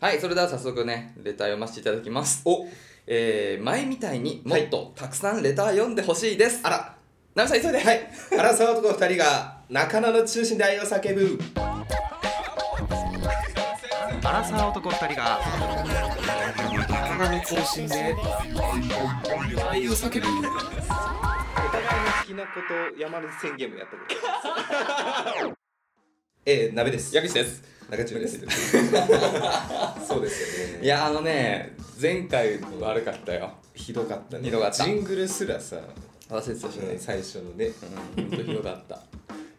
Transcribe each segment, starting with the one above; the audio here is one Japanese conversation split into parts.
はい、それでは早速ね、レター読ませていただきます。おえー、前みたいにもっとたくさんレター読んでほしいです。あらナミさん急いで。はい争う男2人が中野の中心で愛を叫ぶアラサー男二人がお互いの好きなことを山根宣言もやったこと えー、鍋です矢口です。中中ですそうですよねいや、あのね、前回悪かったよ。ひどかったねひどかったジングルすらさ、忘れてたしね。最初のねうん、ほんとひどかった。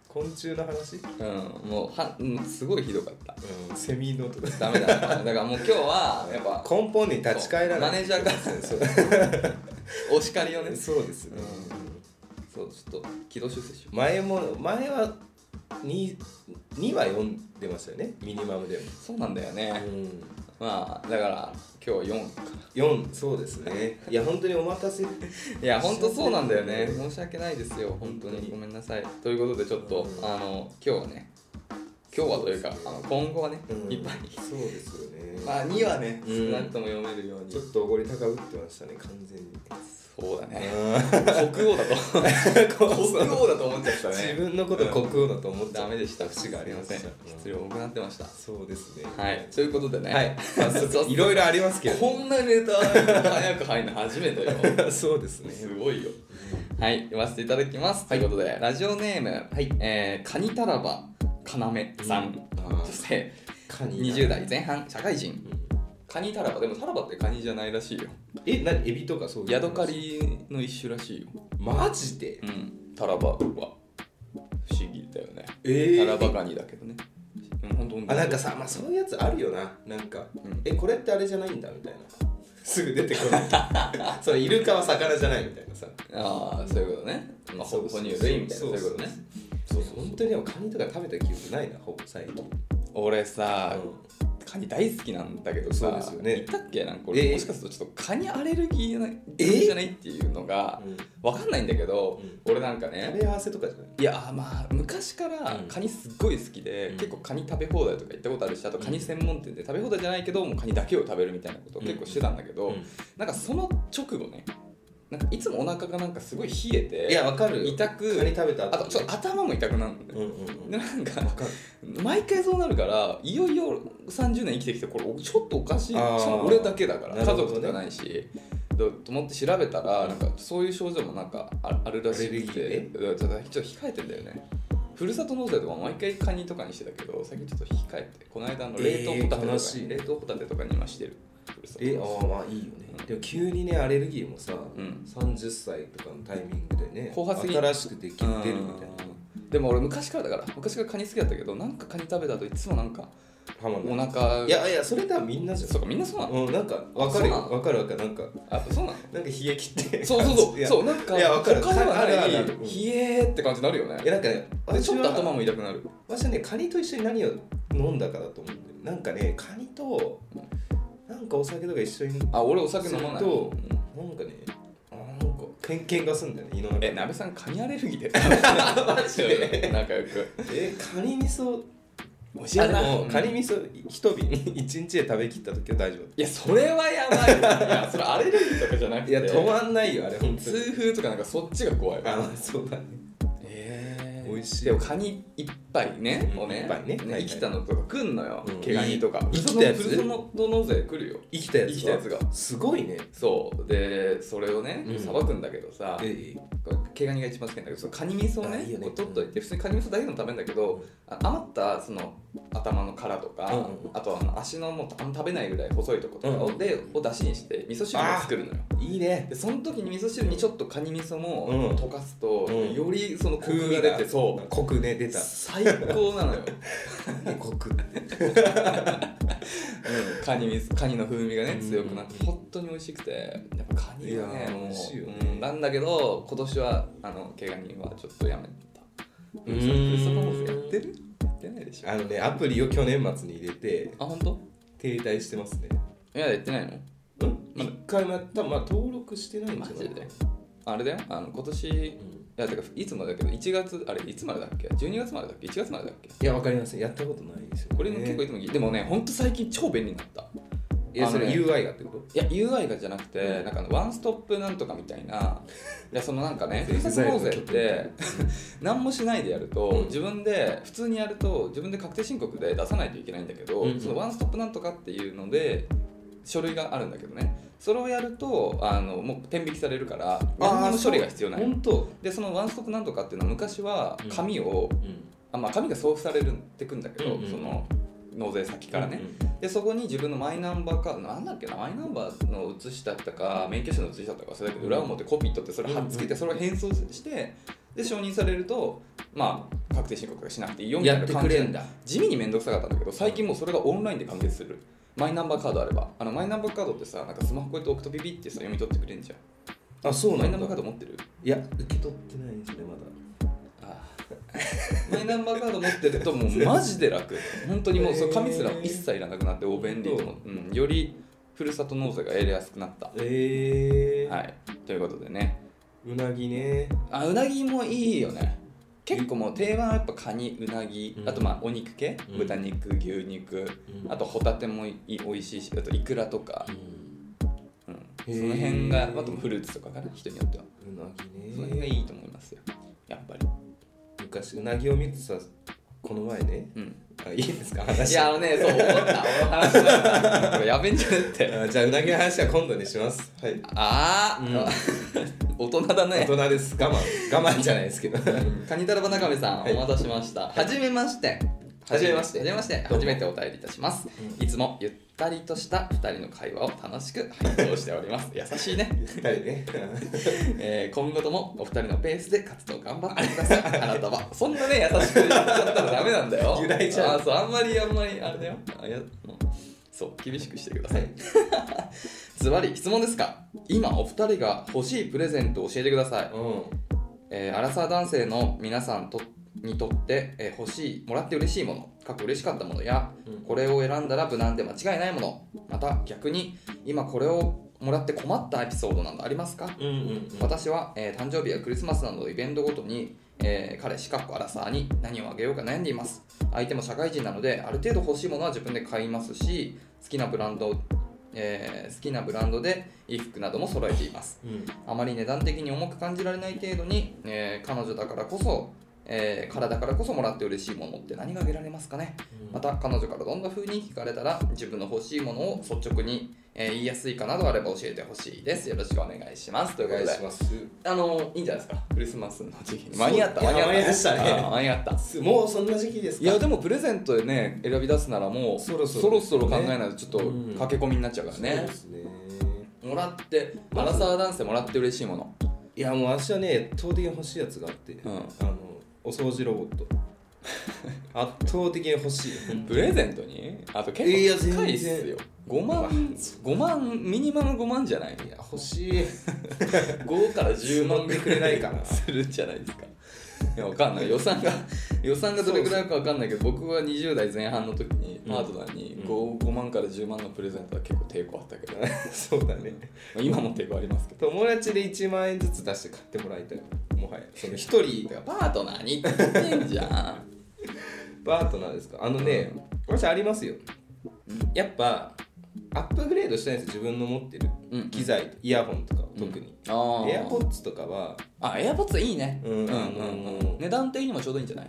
昆虫の話、うん、もうは、うんすごいひどかった。うん、セミのとかダメだった。だからもう今日は、やっぱ、 根本に立ち返らないマネージャーが そうお叱りをね。そうですね、そう、ちょっと、軌道修正しよ前も前は 2, 2は読んでましたよねミニマムでもう。、そうなんだよね。うん、まあ、だから、今日は4か。 4そうですねいや本当にお待たせいや、本当そうなんだよね。申し訳ないですよ。本当にごめんなさい。ということで、ちょっと、うんあの、今日はね、今日はというか、そうですあねの今後はね、いっぱい。そうですよね、まあ、2はね、う少んなくとも読めるように。ちょっとおごり高ぶってましたね完全にそうだね。あ国王だと。国王だと思っちゃったー 自ね。分のこと国王だと思ってダメでした。節がありません失礼多くなってました。そうですねはい。ということでね、はい早速いろいろありますけどこんなネタ早く入るの初めてよ。そうですねすごいよ。はい、読ませていただきます。ということで、ラジオネーム、はいえー、カニタラバカナメさん、あーそしてカニだ20代前半、社会人う。カニタラバ、でもタラバってカニじゃないらしいよ。んえ何エビとかそういうヤドカリの一種らしいよ。マジでうん、タラバは不思議だよね。えタラバカニだけどね。うん、ほんとほんとあなんかさまあそういうやつあるよななんか、うんえこれってあれじゃないんだみたいなすぐ出てこ ないそのイルカは魚じゃないみたいなさああ、そういうことね。まあ、そほう哺そう乳類みたいな、そうそういうことね。そうそう本当にでもカニとか食べた記憶ないなほぼ最近俺さ、カニ大好きなんだけどさそうですよね言ったっけなんか俺、ええもしかするとちょっとカニアレルギーなえじゃないっていうのがうんわかんないんだけど、う俺なんか食ねべ合わせとかじゃないいやーまあ昔からうんカニすっごい好きで、うん結構カニ食べ放題とか行ったことあるしあとカニ専門店で食べ放題じゃないけどもうカニだけを食べるみたいなことを結構してたんだけど、なんかその直後ねなんかいつもお腹がなんかすごい冷えていやわかる痛カニく食べた後あとちょっと頭も痛くなるんだうよ、んうんうんでなんかわかる毎回そうなるからいよいよ30年生きてきてこれちょっとおかしいしあーかも俺だけだから、な家るほどね族とかないしだと思って調べたらなんかそういう症状もなんかああるらしくアレルてだからちょっと控えてんだよねふるさと納税とか毎回カニとかにしてたけど最近ちょっと控えてこの間の冷凍ホタテとかに、えー悲しい冷凍ホタテとかに今してるふるさとえ納あ税あまあいいよねでも急にねアレルギーもさ、ん30歳とかのタイミングでね後発的新しくできてるみたいなうんでも俺昔からだから昔からカニ好きだったけどなんかカニ食べたといつもなんか浜お田腹いやいやそれ多分みんなじゃんそうかみんなそうなのうん、なんかわかるよそうなのわかるわかるなんかあそうなのなんか冷え切ってそうそうそう、 いやそうなんか、いやわかる他ではあるあない、るあ冷るうんえーって感じになるよね。いやなんかねで、ちょっと私は頭も痛くなる。私はねカニと一緒に何を飲んだかだと思うんだよなんかねカニとなんかお酒とか一緒にあ、俺お酒飲まない。するとうんなんかねあーなんかけんけんがすんだよね胃の中え、なべさん、カニアレルギー で。マジで仲良く。えカニ味噌おあでもカニ味噌一瓶一日で食べきった時は大丈いや、それはやばい。いや、それアレルギーとかじゃなく夫て。いや止まんないよあれ本当に痛風とかなんかそっちが怖いわ。あーそうだねえ美味しいでもカニ一杯ね、うんをね一杯ねはい生きたのとか来んのよ、うん毛ガニとか生きたやつふるさと納税来るよ生きたやつ生きたやつがすごいねそうでそれをねうんさばくんだけどさ、え毛ガニが一番好きなんだけどそのカニ味噌をあねいいよねこう取っといて普通にカニ味噌だけの食べるんだけど、あ余ったその頭の殻とか、うんうんうんあとあの足のもうあんま食べないぐらい細いとことかを,、うんうんでを出汁にして味噌汁を作るのよいいねでその時に味噌汁にちょっとカニ味噌もうん溶かすと、うんよりそのコクが出てそそうコクね出うた最高なの よ、コクうん、カニ味噌カニの風味がねうん強くなって本当に美味しくてやっぱカニがねいやーもう美味しいよねうんなんだけど今年はあの毛ガニはちょっとやめたうんふるさと納税やってるやってないでしょあのねアプリを去年末に入れてあ、本当？停滞してますねいや、やってないのうん一回もやったまあ登録してないんじゃマないジであれだよ、あの今年うんややてかいつもだけど1月あれいつまでだっけ12月までだっけ1月までだっけいやわかりませんやったことないですよこれも結構いつも、でもねほんと最近超便利になったいやそれあのね UI がってこといや UI がじゃなくて、うんなんかあのワンストップなんとかみたい ないやそのなんかねふるさとザイ納ル税のっ曲て 何もしないでやると、うん自分で普通にやると自分で確定申告で出さないといけないんだけど、うんうんそのワンストップなんとかっていうので書類があるんだけどねそれをやるとあのもう天引きされるから何にも処理が必要ない本当でそのワンストップなんとかっていうのは昔はうん紙を、あまあ、紙が送付されるってくんだけど、うんうんその納税先からね、でそこに自分のマイナンバーカードなんだっけなマイナンバーの写しだったか免許証の写しだったかそれだけど裏表コピー取ってそれ貼っつけてそれを変装してで承認されるとまあ確定申告がしなくていいよみたいやっなて感くじれでんだ地味に面倒くさかったんだけど最近もうそれがオンラインで完結するマイナンバーカードあればあのマイナンバーカードってさなんかスマホこうやって置くとビビってさ読み取ってくれんじゃんあそうマなイナンバんーカーだド持ってるいや受け取ってないですねまだああマイナンバーカード持ってるともうマジで楽本当にもうそれ紙すら一切いらなくなってお便利と思って、うん、よりふるさと納税が得やすくなったええはい、ということでねうなぎねあうなぎもいいよね結構もう定番はやっぱカニうなぎ、うんあとまあお肉系、うん豚肉牛肉あとホタテもいい美味しいしあとイクラとか、うんへーその辺があとフルーツとかかな人によってはうなそのぎ辺がねいいと思いますよやっぱり、昔うなぎを見てさこの前ねうん、あいいですかい話やあのねそう思った俺の話だからこれやべえんじゃねってあじゃあうなぎの話は今度にしますはいああ、大人だ大ね人です我慢我慢じゃないですけどカニタラバ中目さん、はいお待たせしました。はじめまして。はじめましてはじめまして。どうも初めてお便りいたします。いつもゆったりとした二人の会話を楽しく拝聴しております。 優しいね、ゆったりねえー今後ともお二人のペースで活動頑張ってください。 あなたは。そんなね、優しく言っちゃったらダメなんだよ。揺らいちゃうあそう、あんまり、あんまり、あれだよ。あいやもうそう、厳しくしてくださ い。ズバリ質問ですか今お二人が欲しいプレゼントを教えてください。うえーアラサー男性の皆さんとにとって、えー欲しいもらって嬉しいもの過去嬉しかったものやんこれを選んだら無難で間違いないものまた逆に今これをもらって困ったエピソードなどありますか、うんうんうん私は、えー誕生日やクリスマスなどのイベントごとに、えー彼氏かっこアラサーに何をあげようか悩んでいます相手も社会人なのである程度欲しいものは自分で買いますし好きなブランド、えー好きなブランドで衣服なども揃えていますうんあまり値段的に重く感じられない程度に、えー彼女だからこそ、えー彼だからこそもらって嬉しいものって何があげられますかねまた彼女からどんな風に聞かれたら自分の欲しいものを率直に、えー言いやすいかなどあれば教えてほしいですよろしくお願いしますといおうこ願といしでますあのいいんじゃないですかクリスマスの時期にそう間に合ったいや間に合った間に合いましたねあー間に合ったすもうそんな時期ですかいやでもプレゼントでね選び出すならもうそろそろ考えないとちょっとうん駆け込みになっちゃうからそうでね、すねもらってアラサー男性もらって嬉しいものいやもう私はね圧倒的に欲しいやつがあって、んあのお掃除ロボッ ト圧倒的に欲しいプレゼントにあといや結構全然高いっすよ5万5万 ミニマム5万じゃないいや欲しい5から10万ぐらいそんなくれないか なするんじゃないですかいやわかんない予算 が予算がどれぐらいかわかんないけど僕は20代前半の時にうんパートナーに 5,、う5万から10万のプレゼントは結構抵抗あったけど、ま そうだねあ 今も抵抗ありますけど友達で1万円ずつ出して買ってもらいたいもはやその1人だからパートナーにって言ってんじゃん パートナーですかあのね私ありますよやっぱアップグレードしたいんですよ自分の持ってるうん機材イヤホンとかは特に、あーエアポッツとかはあエアポッツいいねうんうんうんうん値段的にもちょうどいいんじゃない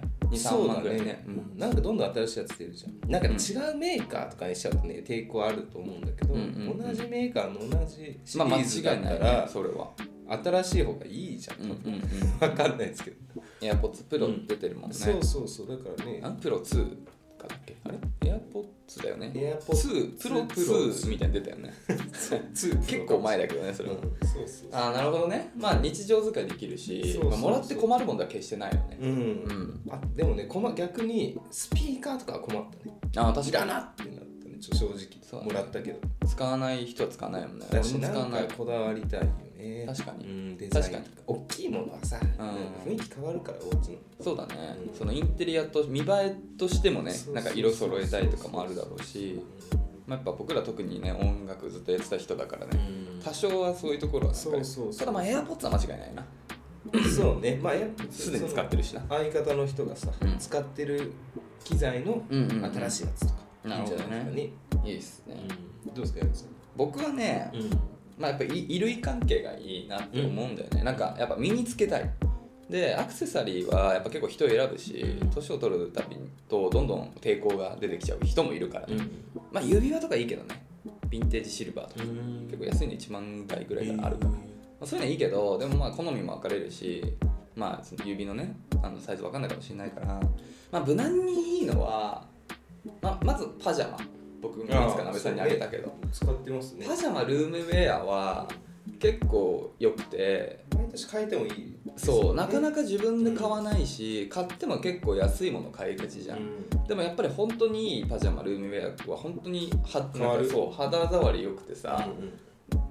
23そうだ万ぐらいねうんうんなんかどんどん新しいやつ出るじゃんなんかね違うメーカーとかにしちゃうとね抵抗あると思うんだけど、うんうんうん同じメーカーの同じシリまあ間ーズだ違っいなたいら、ねそれは新しい方がいいじゃん、うんうんうんわかんないですけど、 AirPods Pro 出てるもんね、そうそうそうだからねあプロ2かだっけあれ AirPods だよね AirPods プロ Pro 2みたいに出たよね2結構前だけどねそれは、うんそうそうああなるほどねまあ日常使いできるしそうそうまそうあもらって困るもんだは決してないよねうん、うんあでもね困逆にスピーカーとかは困ったねああ確いらかなにってなったねちょ正そう直もらったけど使わない人は使わないもんねだし俺もな使わんないかこだわりたいよね確かにうん、デザイン確か大きいものはさ、なんか雰囲気変わるからお家のそうだね、うんそのインテリアと見栄えとしてもねそうそうそうなんか色揃えたいとかもあるだろうし、まあ、やっぱ僕ら特にね音楽ずっとやってた人だからね、うん多少はそういうところはなんかねそうそうそうただまあ AirPods は間違いないなそうねまあやっぱすでに使ってるしなその相方の人がさ、うん使ってる機材のうんうんうん新しいやつとか、なるほどねいいんじゃないですいいですね、かね、どうですか山口さん僕はね、まあ、やっぱり衣類関係がいいなって思うんだよね、なんかやっぱ身につけたいでアクセサリーはやっぱ結構人を選ぶし年を取るたびとどんどん抵抗が出てきちゃう人もいるから、ねまあ指輪とかいいけどねヴィンテージシルバーとか、うん結構安いの1万台ぐらいからあるから、まあ、そういうのいいけどでもまあ好みも分かれるしまあその指のねあのサイズ分かんないかもしれないから、まあ、無難にいいのは、まあ、まずパジャマ僕もいつかなべさんにあげたけど、使ってますねパジャマルームウェアは結構良くて毎年変えてもいいそうなかなか自分で買わないし買っても結構安いもの買いがちじゃん、でもやっぱり本当にいいパジャマルームウェアは本当には変わるなんかそう肌触り良くてさあ、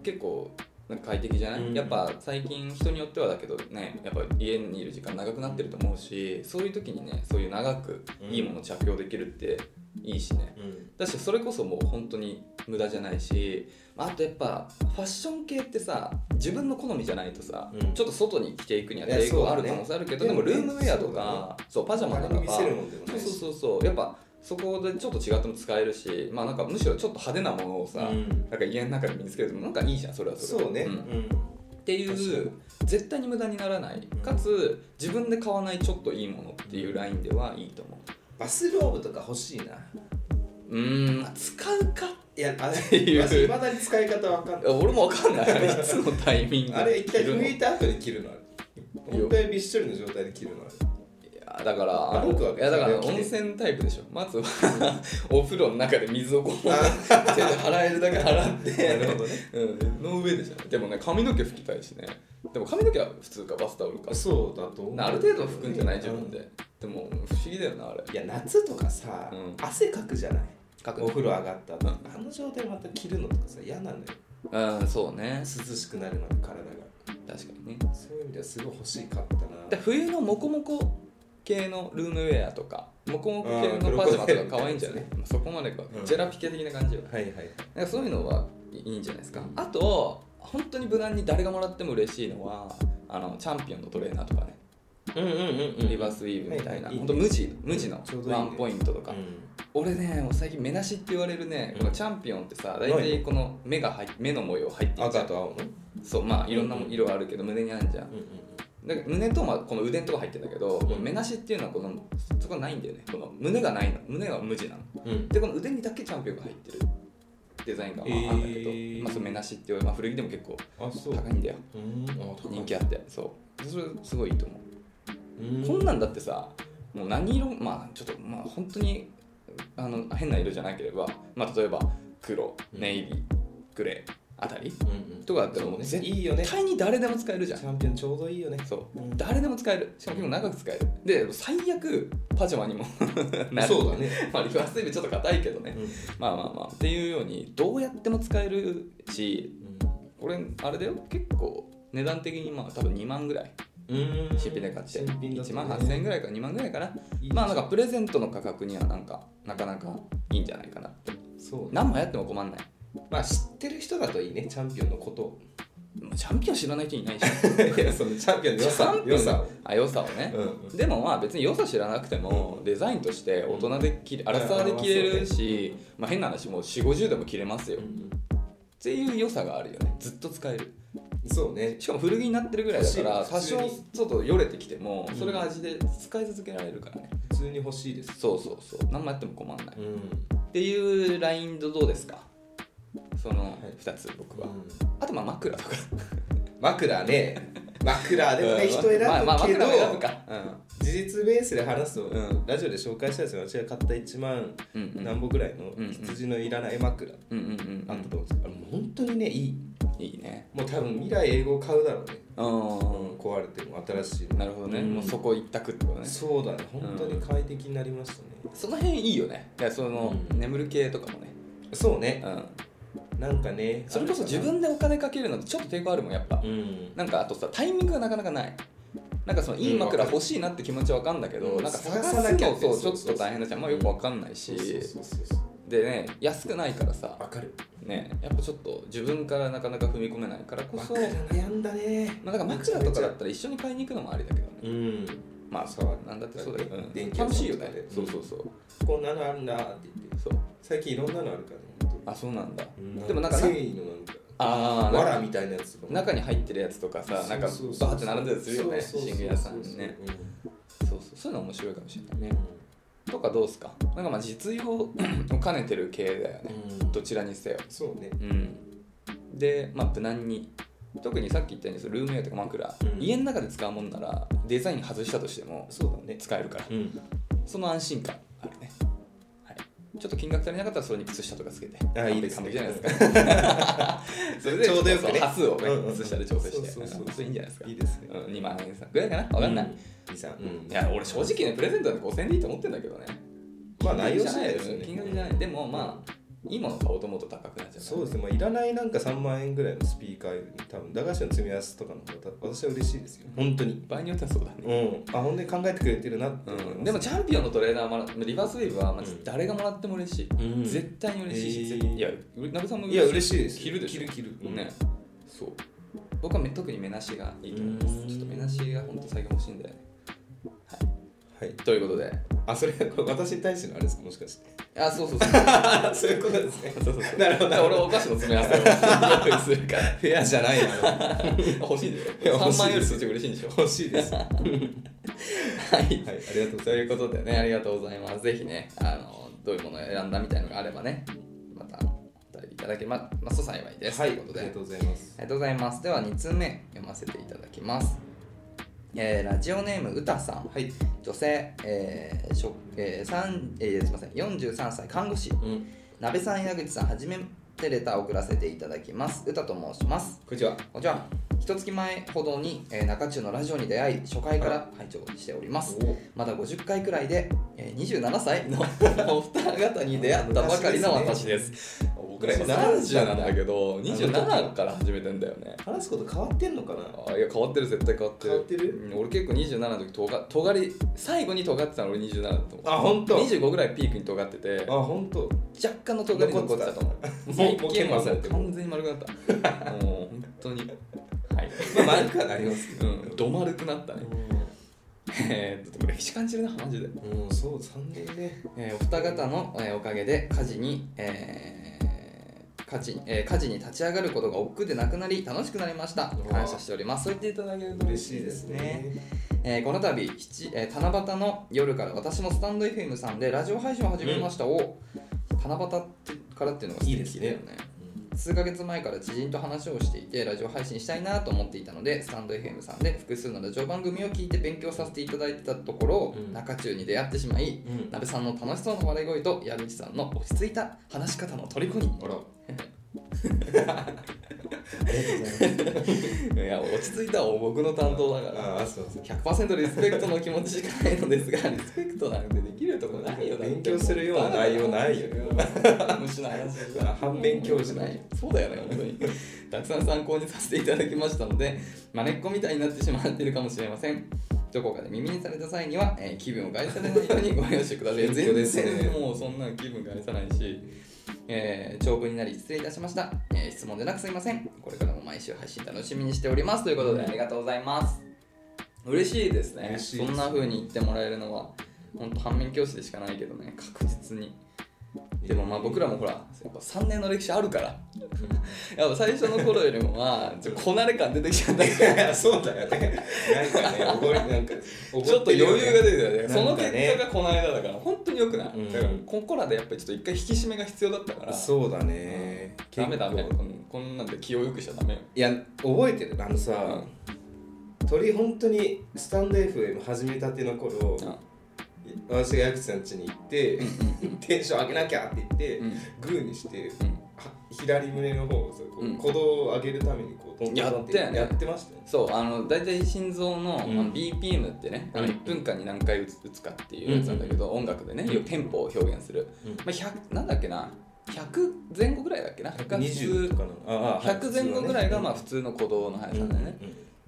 結構なんか快適じゃない、うんやっぱ最近人によってはだけどねやっぱ家にいる時間長くなってると思うしそういう時にねそういう長くいいものを着用できるっていいしね、だしそれこそもう本当に無駄じゃないしまああとやっぱファッション系ってさ自分の好みじゃないとさ、うんちょっと外に着ていくにはいや抵そう抗だあねる可能性あるけど、ででももねルームウェアとかそう,、パジャマとか見せるもんでもそうないそううそうそうやっぱそこでちょっと違っても使えるしまあなんかむしろちょっと派手なものをさ、うんなんか家の中で身につけるとなんかいいじゃんそれはそれでそうねんってい確う絶対に無駄にならないうんかつ自分で買わないちょっといいものっていうラインではいいと思バスローブとか欲しいなううーん使うかいやあれていう私いまだに使い方わかんいなや俺もわかんないあ れいつのタイミングいであれ一着回るの拭いいた後に切るのある本当にびっしょりの状態で切るのあるやだから歩くわけいやだからそれを着温て泉タイプでしょまずはお風呂の中で水をこう手で払えるだけ払って なるほどねうん、の上でしょでもね髪の毛拭きたいしねでも髪の毛は普通かバスタオルかそうだと思うある程度拭くんじゃない自分ででも不思議だよなあれいや夏とかさ、うん汗かくじゃないかくお風呂上がった後、うんあの状態また着るのとかさ嫌なのようんそうね涼しくなるまで体が確かにねそういう意味ではすごい欲しかったなで冬のモコモコ系のルームウェアとかモコモコ系のパジャマとか可愛いんじゃないそこまでか、うんジェラピケ的な感じよはいはいなんかそういうのはいいんじゃないですかあと本当に無難に誰がもらっても嬉しいのはあのチャンピオンのトレーナーとかねうんうんうんリバースウィーブみたいな、はいはい本当無地無地のちょうどいいワねンポイントとか、俺ねもう最近目なしって言われるね、うんこのチャンピオンってさい大の体この目が入っ目の模様入ってるじゃ赤んと青のそうまあいろんなも色があるけど胸にあるじゃんうんうんなんか胸とまあこの腕のとか入ってんだけど、んこの目なしっていうのはこのそこないんだよねこの胸がないの胸が無地なのうんでこの腕にだけチャンピオンが入ってるデザインがまああるんだけど、えーまあ、それ目なしっていう、まあ、古着でも結構あそう高いんだようんあ高い人気あってそうそれすごいいいと思う、うんこんなんだってさもう何色まあちょっとまあ本当にあの変な色じゃなければ、まあ、例えば黒ネイビーグレーあたりうんうんとかだったらそうもうね絶いいよねチ対に誰でも使えるじゃんャンピオンちょうどいいよねそう、うん誰でも使えるしかも結構長く使えるで最悪パジャマ にもなるそうだねまあリバースイブちょっと硬いけどね、まあまあまあっていうようにどうやっても使えるしこれあれだよ結構値段的にまあ多分2万ぐらいうん新品で買って新品だ1とね万8000円ぐらいか2万ぐらいかないいまあなんかプレゼントの価格にはなんかなかなかいいんじゃないかなってそうね何もやっても困んないまあ知ってる人だといいねチャンピオンのことをもうチャンピオン知らない人 いない じゃんいやそのチャンピオンの良さ良さをあ良さをね、うんでもまあ別に良さ知らなくてもデザインとして大人で着れ荒さで着れるし、まあ、変な話もう4 5 0でも着れますよっていう良さがあるよねずっと使えるそうねしかも古着になってるぐらいだから欲多しい普少通にちょっとよれてきてもうんそれが味で使い続けられるからね、普通に欲しいですそうそうそう何もやっても困んない、うっんていうラインとどうですかそのい2つ僕は、あとまあ枕とか枕ね枕でもね人選ぶけど、まあまあ枕も選ぶか、事実ベースで話すと、うんラジオで紹介したやつ私が買った1万うん、うんうん何本ぐらいのうんうん羊のいらない枕あっうんうんうんたと思うんですけど、あれもう本当にねいいいいねもう多分未来英語買うだろうね、うんうん、壊れても新しいのなるほどね、うんもうそこ一択ってことねそうだね本当に快適になりましたね、その辺いいよねいやその、うん眠る系とかもね、そううねん、なんかねそれこそ自分でお金かけるのってちょっと抵抗あるもんやっぱ、うんなんかあとさタイミングがなかなかないなんかそのいい枕欲しいなって気持ちはわかんだけど、うんなんか探探さなすきゃのっそてうちそょうっそうそうと大変だしあんまよくわかんないし、そうそうそうそうでね安くないからさわかるねやっぱちょっと自分からなかなか踏み込めないからこわそかる悩んだねまあ、だから枕とかだったら一緒に買いに行くのもありだけどねうんまあそうなんだってそうだけど、うん電気屋楽さしんいとよかねでそうそうそうこんなのあるんだって言ってそう最近いろんなのあるからねあそうなんだ、うんでもなんかな繊維のなんかああわらみたいなやつとかも中に入ってるやつとかさなんかバーって並んでたりするよねそうそうそう寝具屋さんにねそうそうそうそうそういうの面白いかもしれないそうねとかどうすかなんかまあ実用を兼ねてる系だよねうんどちらにせよそうねうんでまあ無難に特にさっき言ったようにそのルームウェアとか枕、うん家の中で使うもんならデザイン外したとしてもそうだね使えるからうんその安心感あるね、はい、ちょっと金額足りなかったらそれに靴下とかつけてあいいです完ね璧じゃないですか それでちょうどよくねそ端数をね、うんうん靴下で調整してそうそうそううんそれいいんじゃないですかいいですねうん、2万円さぐらいかなわかんない、いいさうんいや俺正直ねプレゼントなんて5000円でいいと思ってんだけどねまあ内容じゃ次ない第でですすよね金額じゃないでもまあいいもの買おうと思うと高くなっちゃうからそうですね、まあ、いらないなんか3万円ぐらいのスピーカーより多分駄菓子の積み合わせとかの方が私は嬉しいですよ本当に場合によってはそうだうね、んあ本当に考えてくれてるなって思います、うん、でもチャンピオンのトレーナーもリバースウェーブはまずうん誰がもらっても嬉しい、うん絶対に嬉しいし、へ絶ーいやなべさんもいや嬉しいです着るでしょ着る着るうんねそう僕はめ特に目なしがいいと思いまうすんちょっと目なしが本当最近欲しいんだよねはいということであそれはこれ私に対してのあれですかもしかしてあそうそうそうそうあそういうことですねそうそうなるほどなるほ俺どお菓子の詰め合わせを用意するからフェアじゃないな 欲しいんでいしやょ欲3しいです万より数値嬉しいんでしょ欲しいですはい はいありがとうごとざいいうことでね、ありがとうございます。ぜひね、あのどういうものを選んだみたいのがあればね、またお便りいただけまますと幸いで。ますはいあというりことで、あがりとうございますがとうございます。では2通目読ませていただきます。えーラジオネームうたさん、はい女性、えーしょえーさんえーすいません43歳、看護師、うんなべさん、矢口さん、はじめてレターを送らせていただきます。うたと申します。こんにちはこんにちは。一月前ほどに、えー中中のラジオに出会い、初回から拝聴しております。まだ50回くらいで、えー27歳のお二方に出会ったばかりの私です。僕ら今27 30なんだけど、27から始めてんだよね。話すこと変わってんのかなあいや変わってる絶対変わってる変わってるうん俺結構27の時とが尖り最後に尖ってたの俺27だと思うあ本当25ぐらいピークに尖っててあ本当若干の尖り残ってたと思 う残ってた最も近はうもう研磨されてる完全に丸くなった もう本当 にはいまあ丸くはなりますけうどんど丸くなったねえーっとでも歴史感じるなマジでうん、うん、そう3年ねえーお二方の、えーおかげで家事に、えー家事えー家事に立ち上がることが億劫でなくなり楽しくなりましたうわ感謝しておりますそう言っていただけると嬉しいですねえーこの度、七えー七夕の夜から私もスタンド FM さんでラジオ配信を始めましたを、七夕からっていうのが素敵だよね数ヶ月前から知人と話をしていてラジオ配信したいなと思っていたのでスタンド FM さんで複数のラジオ番組を聞いて勉強させていただいてたところ、うん中中に出会ってしまいうんなべさんの楽しそうな笑い声と矢口さんの落ち着いた話し方の虜にあら。ありがとうございます。 いや落ち着いたは僕の担当だからああ、そうそう。 100%リスペクトの気持ちしかないのですがリスペクトなんてできるとこないよだって勉強するような内容な いよ虫の話だから反面教師だよそうだよね本 当にたくさん参考にさせていただきましたのでまねっこみたいになってしまっているかもしれませんどこかで耳にされた際には、えー気分を害されないようにご容赦ください謙虚全ですね然もうそんな気分害さないし、えー長文になり失礼いたしました、えー質問でなくすいませんこれからも毎週配信楽しみにしておりますということでありがとうございます嬉しいですね嬉しいですそんな風に言ってもらえるのは本当反面教師でしかないけどね確実にでもまあ僕らもほらやっぱ3年の歴史あるからやっぱ最初の頃よりもまあちょっとこなれ感出てきちゃったけどそうだ よね。なんかね、おごり、なんか、ちょっと余裕が出出てたよねそなのんか結ね果がこの間だから本当によくない、うんだからここらでやっぱりちょっと一回引き締めが必要だったからうそうだね。ダメダメ、結構うんこんなんで気をよくしちゃダメよいや、覚えてる。あのさ、鳥、本当にスタンド FM 始めたての頃、私が矢口さん家に行って、テンション上げなきゃって言って、うんグーにして、うんは左胸の方をさ、こうんう鼓動を上げるためにこう、トントントンやったよねやってましたよね。そうあの大体心臓の、うんあの BPM ってね、あのうん1分間に何回打つ打つかっていうやつなんだけど、音楽でねよくテンポを表現する、うんまあ、100なんだっけな100前後ぐらいだっけな100が普20通とかなああはい100前後ぐらいがまあ普普通の鼓動の速さ通だのよね、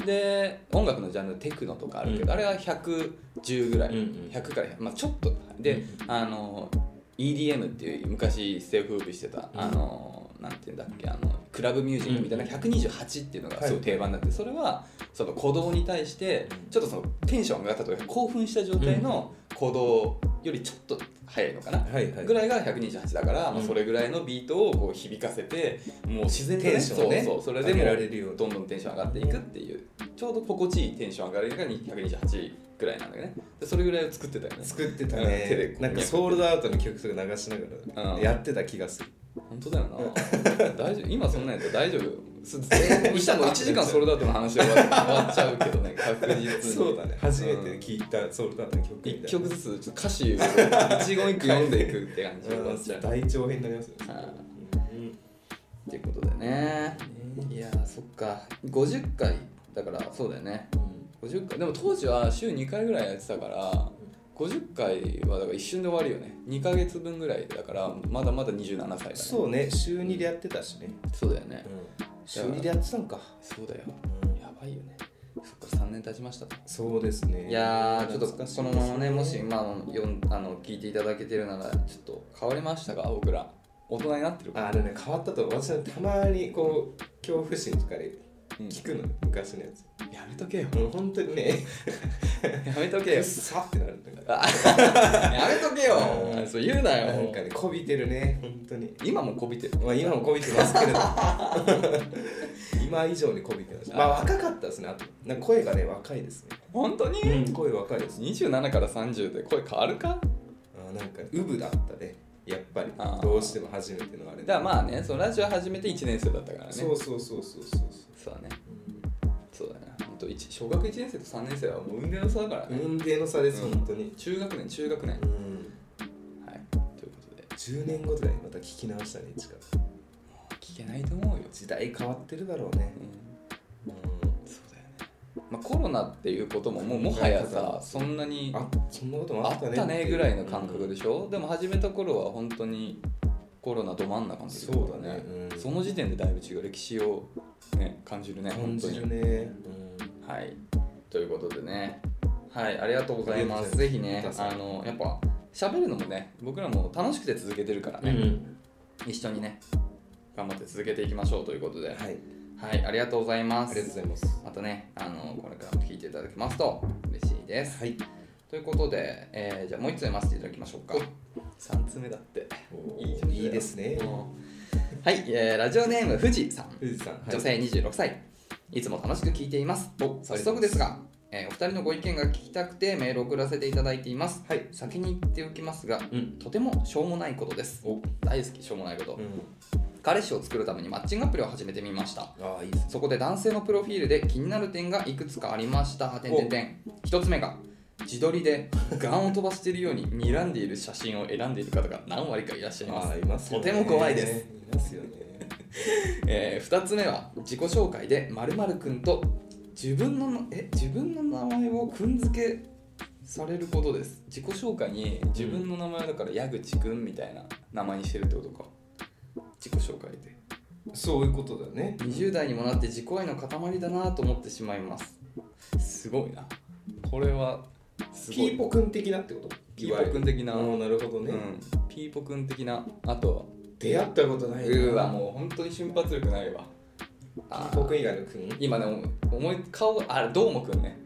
で音楽のジャンルテクノとかあるけど、うんあれは110ぐらい、うんうん100から100、まあ、ちょっとで、うあの EDM っていう昔一世風靡してた、あのなんていうんだっけあのクラブミュージックみたいな128っていうのがすごい定番になって、それはその鼓動に対してちょっとそのテンションが上がったというか興奮した状態の鼓動よりちょっと早いのかな、はいはいぐらいが128だから、まうあ、んそれぐらいのビートをこう響かせてもう自然とねテンションをそねうそうそれで上もげられるようにどんどんテンション上がっていくっていうちょうど心地いいテンション上がるのが128ぐらいなんだよねでそれぐらいを作ってたよね作ってたうん手でねこうなんかソールドアウトの曲とか流しながうんらやってた気がする本当だよ な大丈夫今そんなんやったら大丈夫す全したの1時間ソールドアウトの話で終わっ終わっちゃうけどね確実にそうだね初めて聴いたソールドアウトの曲みたい1な曲ずつちょっと歌詞を一言一句読んでいくって感じで終わっちゃううん大長編になりますよあーうんっていうことでねいやーそっか50回だからそうだよね50回でも当時は週2回ぐらいやってたから50回はだから一瞬で終わるよね2ヶ月分ぐらいだからまだまだ27歳だねそうね週2でやってたしねそうだよね週2でやってたんかそうだよやばいよねそっか3年経ちましたとそうですねいやーちょっ懐とかしいこのままねもし今のよんあの聞いていただけてるならちょっと変わりましたか僕ら大人になってるあれね変わったと思う私はたまにこう恐怖心とかでうん聞くの昔のやつやめとけよもう本当にね やめとけくよっさってなるんだからあ やめとけよそう言うななよんかねこびてるね本当に今もこびてるまあ今も こびてますけれど今以上にこびてますまあ若かったですねあとなんか声がね若いですね、本当に、声若いですね27から30で声変わるかあーなんかウブだったねやっぱりあーどうしても初めてのあれでだからまあねそのラジオ始めて1年生だったからねそうそうそうそうそうそうだねそそうだねほんと一小学1年生と3年生はもう運命の差だからうね、運命の差です、うん本当に、中学年中学年うはん、いということで10年後とかにまた聞き直したね一から聞けないと思うよ、時代変わってるだろうねう、んうそうだよね、まあ、コロナっていうことももうもはやそうださそんなにん、あそんなこともああったっねたねぐらいの感う覚んでしょ、でも始めた頃は本当にコロナど真ん中の時そうだねうんその時点でだいぶ違う歴史を、ね、感じるね感本当じにるね、はいということでねはいありがとうございますあぜひりがとうございねますあのやっぱ喋るのもね僕らも楽しくて続けてるからうんね、一緒にね頑張って続けていきましょうということでははいありい、ありがとうございまがすとうございますまたねあのこれからも聞いていただけますと嬉しいです、はいということで、えーじゃあもう一つ読ませていただきましょうか3つ目だっていいですねいいですねはい、えーラジオネーム富士さん富士山、はい女性26歳いつも楽しく聞いていますお早速ですが、えーお二人のご意見が聞きたくてメールを送らせていただいていますはい先に言っておきますがうんとてもしょうもないことですお大好きしょうもないこと、うん彼氏を作るためにマッチングアプリを始めてみましたああいいですねそこで男性のプロフィールで気になる点がいくつかありました。点点点。一つ目が自撮りでガンを飛ばしているように睨んでいる写真を選んでいる方が何割かいらっしゃいまあす。あいますよねとても怖いですいますよねえー二つ目は自己紹介で〇〇くんと自分のなえ自分の名前をくん付けされることです。自己紹介に自分の名前だから矢口くんみたいな名前にしてるってことか。自己紹介で。そういうことだね20代にもなって自己愛の塊だなと思ってしまいますすごいなこれはすごピいーポくん的なってことピーポくん的な、ああなるほどうね、ん、ピーポくん的なあと出会ったことなういーわもう本当に瞬発力ないわピあーポーくん以外のくん今ね思い顔があどうもくん ね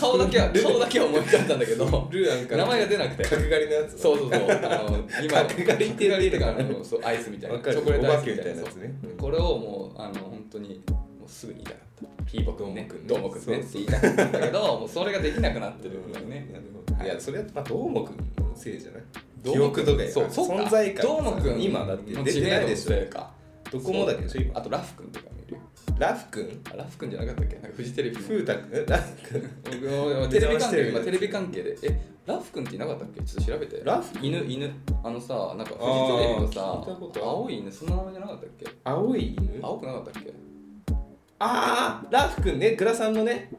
顔だけは顔だけは思い浮かんだんだけどルーアンから名前が出なくて角刈りのやつだそうそうそうあの今角刈りって言われるからね角刈りっていうかあのそうアイスみたいなわかるチョコレートアイスみお化けみたたいいななやつねそうこれをもうあの本当にもうすぐに言いたかったピーボくんねどどううももくくんんねねって言いたかったんだけ どもうそれができなくなってるんだよねね、なるほどいやそれはまあどうもくんのせいじゃないどう記もくん憶とかやそうからそうか存在感どうもくん今だってもう出てないで知し名度のせょいかドコモだけでしょ今あとラフくんとかもいるよラフくんあラフくんじゃなかったっけなんかフジテレビのフータくんえラフくん僕もテレビ関係今テレビ関係でえラフくんっていなかったっけちょっと調べてラフ犬犬あのさなんかフジテレビのあさー聞いたことある青い犬そんな名前じゃなかったっけ青い犬あ青くなかったっけあーラフくんねグラさんのね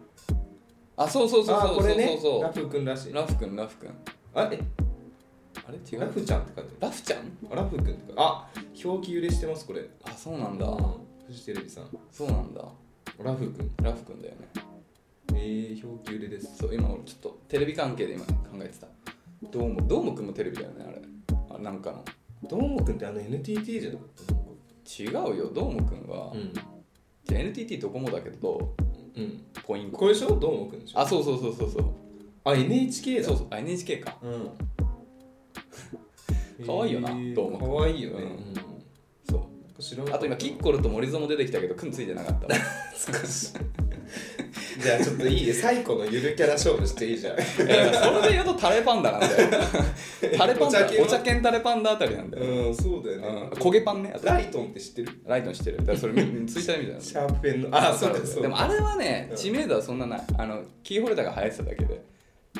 あそうそうそうあそーうこそうれそねうそラうフくんらしいラフくんラフくんあえあれ違ラうフちゃんって感じラフちゃんあラフくんとかあ表記揺れしてますこれあそうなんだフジテレビさんそうなんだラフくんラフくんだよねえー、表記揺れですそう今俺ちょっとテレビ関係で今考えてたどうもどーもくんもテレビだよねあれあなんかのどーもくんってあの NTT じゃなかったの違うよどーもくんは、んじゃあ NTT ドコモだけどうんポイントこれでしょどーもくんでしょあそうそうそうそうそうあ NHK だそうそうあ NHK かうん可愛いよなどうもかわいいよね、うんうんそう知らなかあったと今キ ッコルと森園出てきたけどくんついてなかったわ懐かしいじゃあちょっといいで最古のゆるキャラ勝負していいじゃんいやそれで言うとタレパンダなん だよタレパンダお茶系のお茶犬タレパンダあたりなんだよ、うんそうだようね、ん、焦げパンねあとライトンって知ってるライトンしてるだからそれみツイッターで見たいなシャープペンのあそうだそうだでもあれはねうん知名度はそんなないあのキーホルダーが流行ってただけで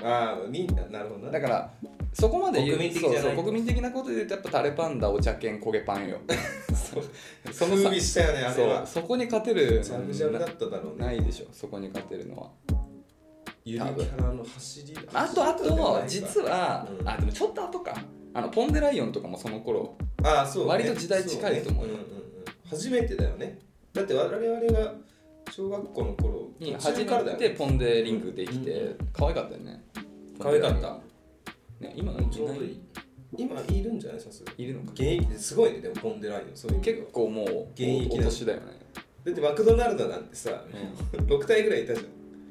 あーみんななるほどなだからそこまで言う国民的じゃないそうそう国民的なことで言うとやっぱタレパンダお茶犬焦げパンよその風さ靡したよねあれそうはそこに勝てるジャブジャブだっただろうねないでしょそこに勝てるのはゆるキャラの走りあとあと実はは、うんあでもちょっと後かあのポン・デ・ライオンとかもその頃ああそう、ね、割と時代近いと思うよそねんんうん初めてだよねだって我々が小学校の頃に途初中からだめよてねポン・デ・リングできて、う可愛かったよね可愛かったた、ね、今いちょうなどいいい今いるんじゃないさすがにいるのか現役ですごいねでもポンデラインそういう結構構もう現役だお年だよね、だってマクドナルドなんてさ、6体ぐらいいたじ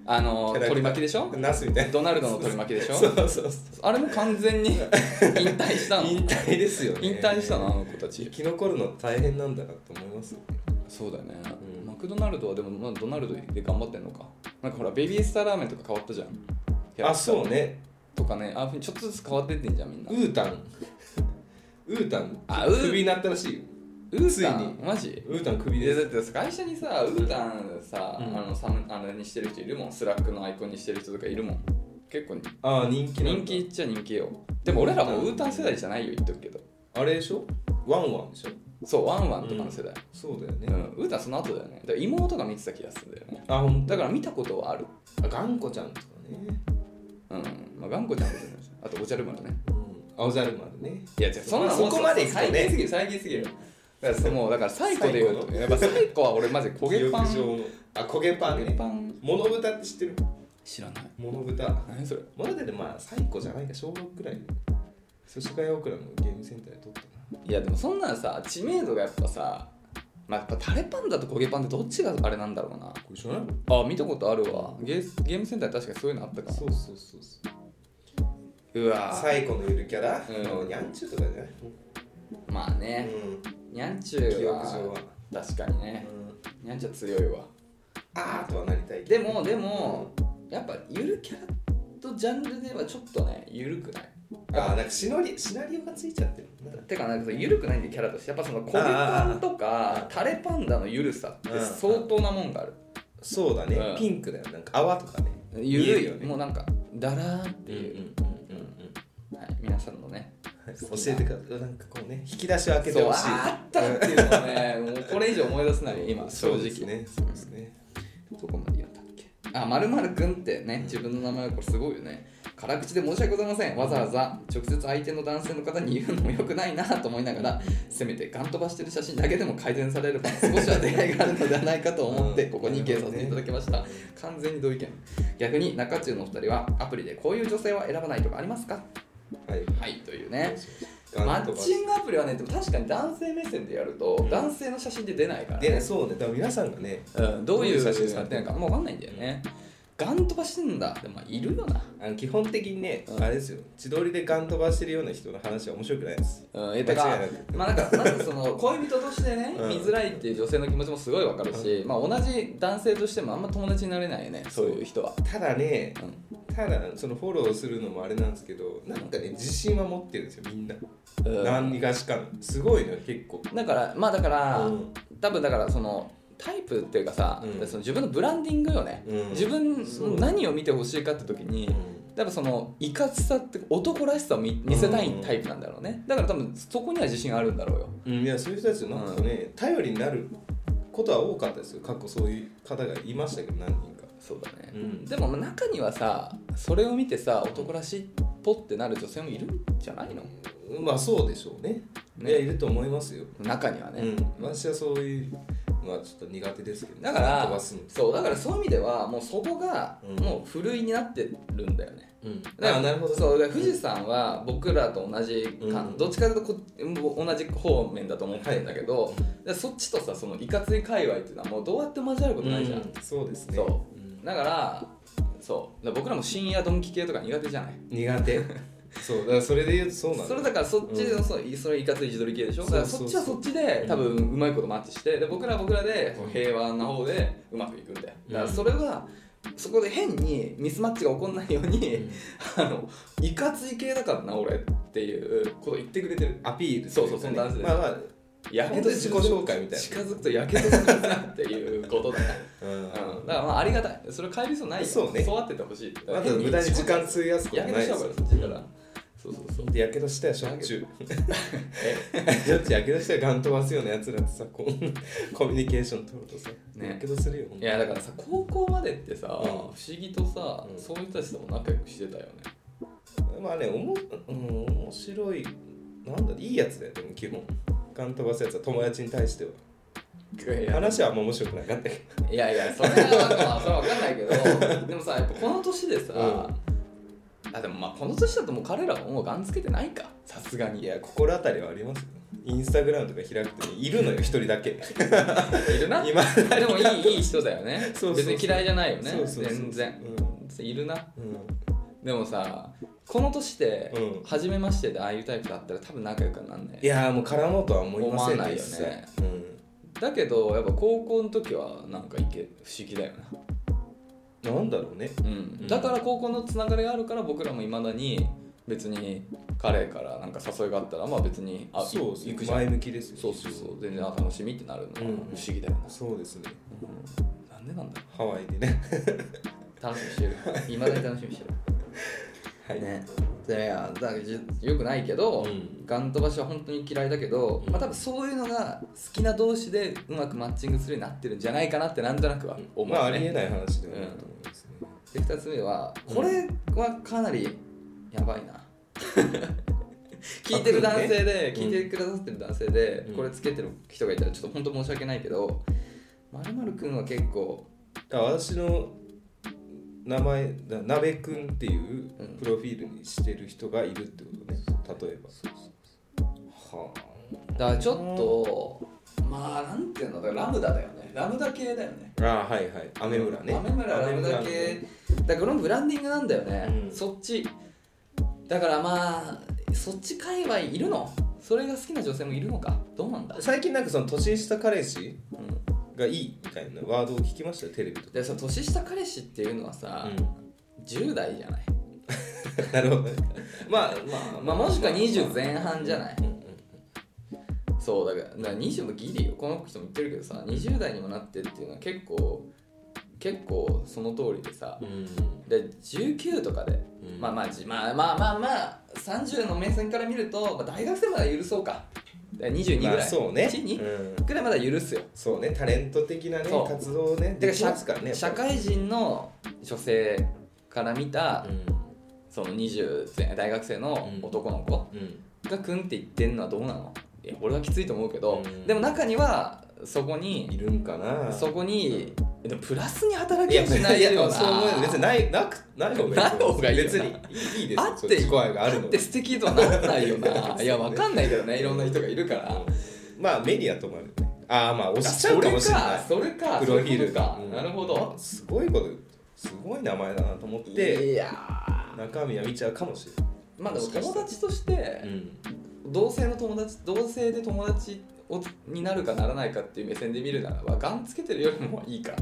あのキャラクター取り巻きでしょゃんナスみたいなドナルドの取り巻きでしょそうそうそうあれも完全に引退した の引退ですよね引退したのあの子た生ちき残るの大変なんだなと思いますよそうだよね、うんマクドナルドはでも、まあ、ドナルドで頑張ってんのかなんかほらベビースターラーメンとか変わったじゃんキャラあクターそうねとかねああいうふうにちょっとずつ変わってってんじゃんみんなウータン ウータンあウークビになったらしいよウータついにンマジウータンクビいやですだって会社にさウータンさ、うんあのサムあれにしてる人いるもんスラックのアイコンにしてる人とかいるもん結構ああ人気なん人だ気っちゃ人気よでも俺らもうウータン世代じゃないよ言っとくけどあれでしょワンワンでしょそうワンワンとかの世代、そうだよね、うんウータンその後だよねだから妹が見てた気がするんだよねあほんだだかから見たことはあるら頑固ちゃんとかねうんまあ頑固ちゃんもそうだしあとおじゃる丸ねうん青ざる丸ねいやじゃあそんなそこまで行くと最ね近すぎる最近すぎるだからもうだから最古で言うと最やっぱ最古は俺マジ焦げパン記憶上のあ焦げパン焦げねパンモノ豚って知ってる知らないモノ豚何それまだでまあ最高じゃないか小6くらい寿司会オクラのゲームセンターで撮ったないやでもそんなんさ知名度がやっぱさまあやっぱタレパンダと焦げパンってどっちがあれなんだろうなこれ知らないあ見たことあるわゲーゲームセンターに確かにそういうのあったかもそうそうそうそううわぁ最高のゆるキャラ、うんニャンチュとかじゃない、まあねうん、にゃんちゅうは記憶上は確かにねにゃんちゅうは強いわあーとはなりたいでもでもやっぱゆるキャラとジャンルではちょっとねゆるくないあーなんかシナリシナリオがついちゃってるもんなてかなんかゆるくないんでキャラとしてやっぱその焦げパンとあーかあータレパンダのゆるさって相当なもんがあるそうだね、うんピンクだよなんか泡とかねゆるい見えよるよねねもうなんかだらーっていう、うんうんうんはい、皆さんのね、はい教えてくださいなんかこうね引き出しを開けてそうほしいあったっていうのね、もうこれ以上思い出せない、今、正そう直ですねそうですねどこまで言ったっけあ、まるまるくんってね、自分の名前はこれすごいよね。辛口で申し訳ございません。わざわざ直接相手の男性の方に言うのも良くないなと思いながら、せめてガン飛ばしてる写真だけでも改善されれば、少しは出会いがあるのではないかと思って、うんここに意見させていただきました。完全に同意見。逆に中中のお二人は、アプリでこういう女性は選ばないとかありますかはいはい、というね。ガンマとッかチングアプリはねでも確かに男性目線でやると、ん男性の写真って出ないから、でねそうねだから皆さんがねうん、どういう写どういう写真真使使っっててんるののかもう分かんないんだよね、ガン飛ばしてんだでもまあいるよな、あの基本的にね、うんあれですよ自撮りでガン飛ばしてるような人の話は面白くないですうん、えてか間違いなくまあなんかまずその恋人としてね、うん見づらいっていう女性の気持ちもすごい分かるし、まあ同じ男性としてもあんま友達になれないよねそういう人は、ただねうただそのフォローするのもあれなんですけどなんかね自信は持ってるんですよみんな、んうん何がしかのすごいのよ結構だからまあだから、うん多分だからそのタイプっていうかさ、うんその自分のブランディングよね、うん自分そう何を見てほしいかって時に、やっぱそのいかつさって男らしさを見見せたいタイプなんだろうねだから多分そこには自信があるんだろうようん、いやそういう人たちなんかね、頼りになることは多かったですよ過去そういう方がいましたけど何人かそうだね、うんでも中にはさそれを見てさ男らしいっぽってなる女性もいるんじゃないのまあそうでしょうねねいやいると思いますよ、中にはね、うん、私はそういうのはちょっと苦手ですけど、だから飛ばすのそうだからそういう意味ではもうそこがうんもうふるいになってるんだよね、うんだからあなるほどそうだから富士山は僕らと同じか、うんどっちかというとこ同じ方面だと思ってるんだけど、でそっちとさそのいかつい界隈っていうのはもうどうやって交わることないじゃん、うんそうですねそうんだからそうだから僕らも深夜ドンキ系とか苦手じゃない苦 手そうだからそれで言うとそうなのそれだからそっちの、うんそうそれいかつい自撮り系でしょそうだからそそうっちはそっちで多分うまいことマッチしてで僕らは僕らでうん平和な方でうまくいくんだよだからうんそれはそこで変にミスマッチが起こんないように、うんあのいかつい系だからな俺っていうこと言ってくれてるアピールそうそうそんなダ感ンじスでまあまあや本当に自己紹介みたいな近づくとやけどするなっていうことだね、うんうん、だからまあありがたいそれを変える必要ないよそうね育ってってほしいまだ無駄に時間費やすことやなけいどしですた方がいよいそっちからそうそうそうでやけどしたらしょっちゅうよっち やけどしたらガン飛ばすようなやつらとさこうコミュニケーション取るとさ、ねやけどするよいやだからさ高校までってさ、ん不思議とさ、うんそういう人たちとも仲良くしてたよねまあねおも、うん、面白いなんだいいやつだよでも基本ガン飛ばすやつは友達に対してはいや話はあんま面白くなかったけどいやいやそれはまあそれは分かんないけど でもさやっぱこの年でさ、あでもまあこの年だともう彼らはもうガンつけてないかさすがにいや心当たりはありますよインスタグラムとか開くといるのよ一人だ けいるな今でもいいいい人だよねそうそうそう別に嫌いじゃないよねそうそうそう全然いるないうんうんでもさこの年でうん初めましてでああいうタイプだったら多分仲良くはなんねいやーもう絡もうとは思いません思わないよね一切うんだけどやっぱ高校の時はなんかいけ不思議だよななんだろうねうん、だから高校のつながりがあるから僕らもいまだに別に彼からなんか誘いがあったらまあ別にあそうそう行くじゃん前向きですよそうそうそう全然あ楽しみってなるのはうん不思議だよな、そうですねうんなんでなんだろハワイでねう楽しみにしてるいまだに楽しみにしてるはいねでいやだからじよくないけど、うんガン飛ばしは本当に嫌いだけど、うんまあ、多分そういうのが好きな同士でうまくマッチングするようになってるんじゃないかなってなんとなくは思う、ねまあありえない話ではないと思いますねで2つ目はうんこれはかなりやばい な聞いてる男性で、あ来る聞ねいてくださってる男性で、うんこれつけてる人がいたらちょっと本当申し訳ないけどまるまるくんは結構あ私の名前だなべくんっていううんプロフィールにしてる人がいるってことね例えばはだからちょっと、まあなんていうのだからラムダだよねラムダ系だよねあああはいはいアメ村ね雨村ラムダ系だからこのブランディングなんだよね、うんそっちだからまあそっち界隈いるのそれが好きな女性もいるのかどうなんだ、最近なんかその年下彼氏うんがいいみたいなワードを聞きましたよテレビとかでさ年下彼氏っていうのはさ、10代じゃない、 なるほどねまあまあまあ、もしくは20前半じゃない、うんうんそうだからだから20もギリよこの人も言ってるけどさ20代にもなってっていうのは結構結構その通りでさで19とかで、うんまあまあじまあまあまあまあ30の目線から見ると、まあ、大学生まで許そうかだから22ぐらい、まあそうね12うんぐらいまだ許すよそうねタレント的なねそう活動をねだかでらきますからね社やっ会人の女性から見たぱ、りその20前大学生の男の子、うんうんがくんって言ってんのはどうなのいや俺はきついと思うけど、うんでも中にはそこにいるんかなそこに、でもプラスに働いきはやししなないいよやなそう思う別にないなくない方がいいない方がいいよな別にいいですあってそう自己愛があるだのって素敵とはなんないよ ないやわかんないけどねいろんな人がいるから、まあメディアともあるよねああまあ押あしちゃうかもしれないそれかそれかプロフィールがそういうことかなるほどうん、すごいことすごい名前だなと思っていやー中身は見ちゃうかもしれなまあでももしかし友たら達としてい、、同性の友達同性で友達をになるかならないかっていう目線で見るならばガンつけてるよりもいいか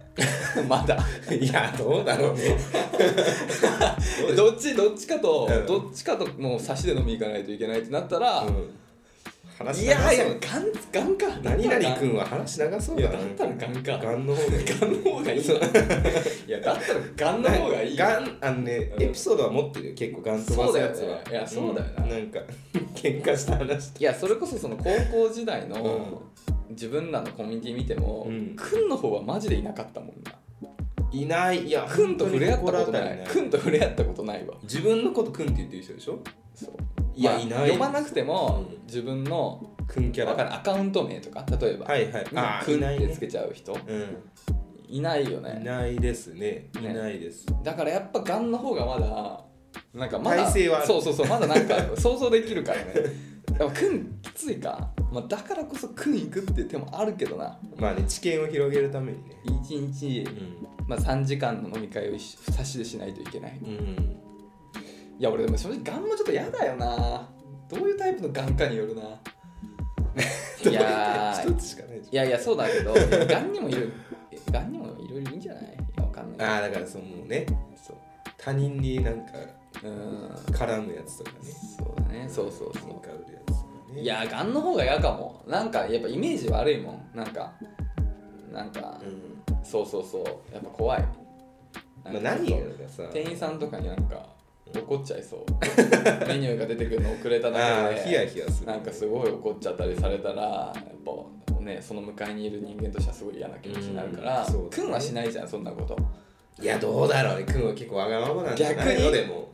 まだ いやどうだろ うねどうでしょどっちどっちかと、うんどっちかともう差しで飲み行かないといけないってなったら、ううん話いや長いやそうガンガンか何々くんんは話長そういやだだなったらガンかガンの方がいいガンの方がいいないやだったらガンの方がいいよガンあのね、うんエピソードは持ってるよ結構ガン飛ばすやつそうだよはねいやそうだよなんなんか喧嘩した話いやそれこそその高校時代の自分らのコミュニティ見ても、うんくんの方はマジでいなかったもんないないいやくんと触れ合ったこと本当なにい心当たりくんと触れ合ったことないわ自分のことくんって言ってる人でしょそういやまあいない呼ばなくても、うん自分のくんキャラわかるアカウント名とか例えば、はいはい今あくーいんなっいてねつけちゃう人ういないよんいねないですねいねないですだからやっぱガンの方がまだなんかまだ耐性はあるそうそうそうまだなんか 想像できるからねでもくんきついか、まあ、だからこそくん行くっていう手もあるけどなまあね知見を広げるためにね1日、まあ、3時間の飲み会を一緒差しでしないといけないうんうんいや俺でも正直ガンもちょっと嫌だよなどういうタイプのガンかによるな いや ー一つしかないいじやいやそうだけどガンにもいるガンにもいろいろいいんじゃないいやわかんゃないんああだからそのねそう他人になんかうん絡むやつとかねそうだねそうそうそ向うかうやつとかねいやガンの方が嫌かもなんかやっぱイメージ悪いもんなんかなんか、うんそうそうそうやっぱ怖いまあ何がだかさ店員さんとかになんか怒っちゃいそう メニューが出てくるの遅れたあだあけでヒヤヒヤするなんかすごい怒っちゃったりされたらやっぱねその向かいにいる人間としてはすごい嫌な気持ちになるから、うんそうだねくんはしないじゃんそんなこといやどうだろうね君は結構わがままなんじゃないの逆にでも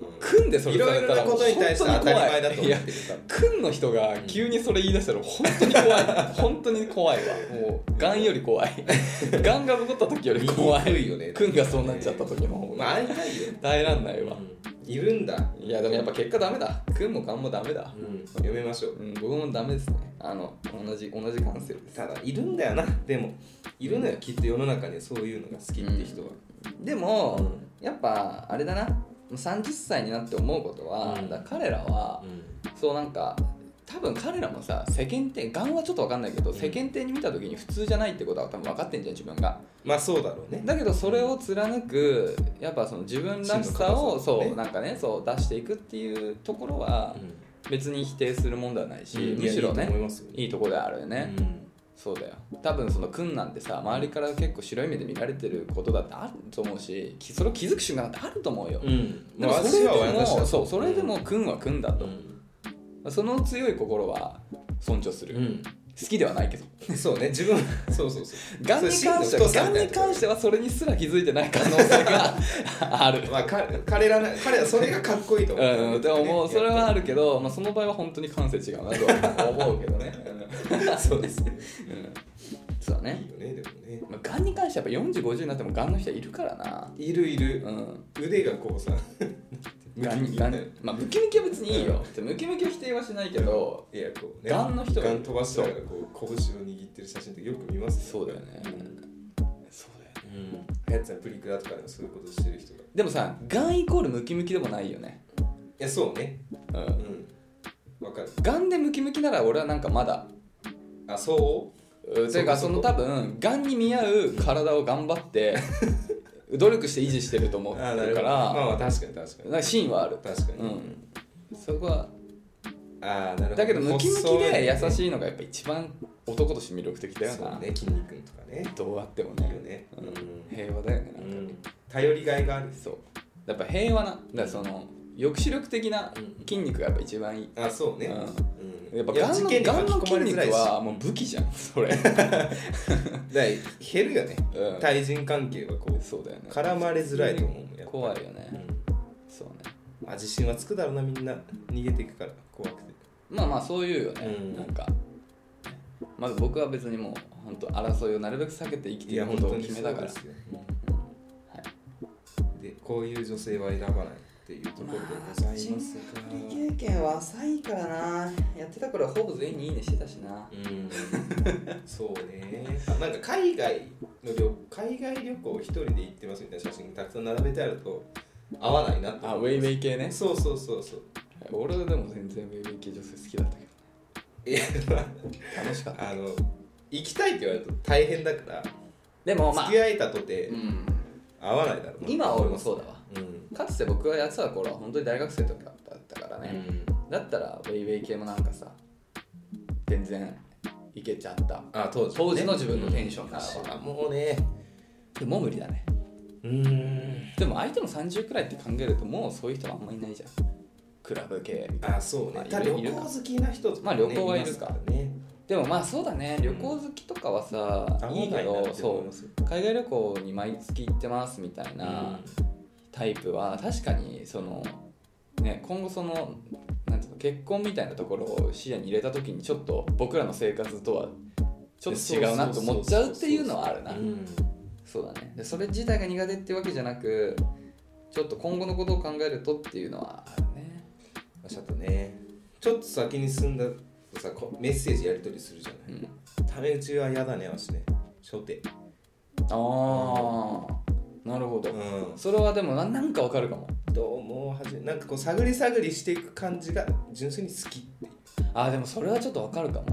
うんくんでそれいさろいれろたならもこうとに対して当たり前だと本当に怖い思いっやてるからくんの人が急にそれ言い出したら本当に 怖い本当に怖いわもうがんより怖いがんが残った時より怖言いにくいいよねくんがそうなっちゃった時の方まあが会いたいよ耐えらんないわ、いるんだいやでもやっぱ結果ダメだくんもがんもダメだうんやめましょううん、僕もダメですね。あの、同じ、同じ感性です。ただいるんだよなでもいるのよきっと世の中にそういうのが好きって人はでも、やっぱ、あれだな。もう30歳になって思うことは、うんだから彼らは、そうなんか、多分彼らもさ、世間体、がんはちょっと分かんないけど、うん世間体に見た時に普通じゃないってことは多分分かってんじゃん、自分が。まあそうだろうねだけど、それを貫く、やっぱその自分らしさを、真の硬さとかそねう、なんかね、そう、出していくっていうところは、別に否定するもんではないし、うんむしろいやいいと思いね、ますよいいところではあるよね。うんそうだよ多分その君なんてさ周りから結構白い目で見られてることだってあると思うしきそれを気づく瞬間だってあると思うよ、うんでもそ私れでは私もだそうそれでも君は君だうと、んその強い心は尊重する、好きではないけどうんそうね 自分そうそうそうがんに関してそうはがんに関してはそれにすら気づいてない可能性があるまあか彼らな彼らそれがかっこいいと思ううん、でももうそれはあるけど、まあ、その場合は本当に感性違うなとは思うけどね、 そうですねうん、そうだいねいよねでもねまあがんに関してはやっぱ4050になってもがんの人はいるからないるいるうん腕がこうさガンガンまあムキムキは別にいいよ、でムキムキを否定はしないけど、いやこうねガンの人がガン飛ばしながらこう拳を握ってる写真ってよく見ますそうだよねそうだよねうんやつはプリクラとかでもそういうことしてる人がいでもさガンイコールムキムキでもないよねやそうねううんんわかるガンでムキムキなら俺はなんかまだあそううんていうかその多分ガンに見合う体を頑張って 努力して維持してると思ってあなるるかほどらまあまあ確かに確かなんにかシーンはある確かに、うんそこはああなるほどだけどムキムキで優いしいのがやっぱ一番男として魅力的だよそな、うね筋肉とかねどうあってもいいねよねううんん、平和だよねなんうか、ん、頼りがいがあるそうやっぱ平和なだからその抑止力的なうん筋肉がやっぱ一番いい、あそうね、うんうんやっぱいやガン事の件にガンの巻き込筋まれづらい肉しはもう武器じゃんそれ、だから減るよねうん対人関係はこうそうだよね 絡まれづらいと思うもんやっぱり怖いよねうんそうねまあ自信はつくだろうなみんな逃げていくから怖くてまあまあそういうよね、うんなんかまず僕は別にもう本当争いをなるべく避けて生きていいやくこ本と当をに決めそうたからですよ、でこういう女性は選ばないっていうところでございますが、経験は浅いからなやってた頃はほぼ全員にいいねしてたしなうんそうねなんか海外の旅海外旅行一人で行ってますみたいな写真たくさん並べてあると合わないなってあウェイウェイ系ねそうそうそうそう俺はでも全然ウェイウェイ系女性好きだったけいやど楽しかったあの行きたいって言われると大変だからでもまあ付き合えたとてうん、合わないだろうな今は俺もそうだわうんかつて僕がやってた頃は本当に大学生とかだったからうね、んだったらウェイウェイ系もなんかさ全然いけちゃったあ当時当時の自分のテンションならばうんもうねでも無理だねうんでも相手も30くらいって考えるともうそういう人はあんまいないじゃんクラブ系あそうねまあただいる旅いる行か好きな人とか、ね、まあ旅行はいるかますらねでもまあそうだね旅行好きとかはさ、いいけ合どわないなって思そいますよう海外旅行に毎月行ってますみたいな、うんタイプは確かにそのね今後その何なんていうの結婚みたいなところを視野に入れた時にちょっと僕らの生活とはちょっと違うなと思っちゃうっていうのはあるなうんそうだねでそれ自体が苦手ってわけじゃなくちょっと今後のことを考えるとっていうのはあるねちょっとねちょっと先に進んだとさこメッセージやり取りするじゃうない、んタメ口は嫌だねわしね初手ああなるほど、うんそれはでもななんかわかるかもどうもはじめなんかこう探り探りしていく感じが純粋に好きっていう、ああでもそれはちょっとわかるかもう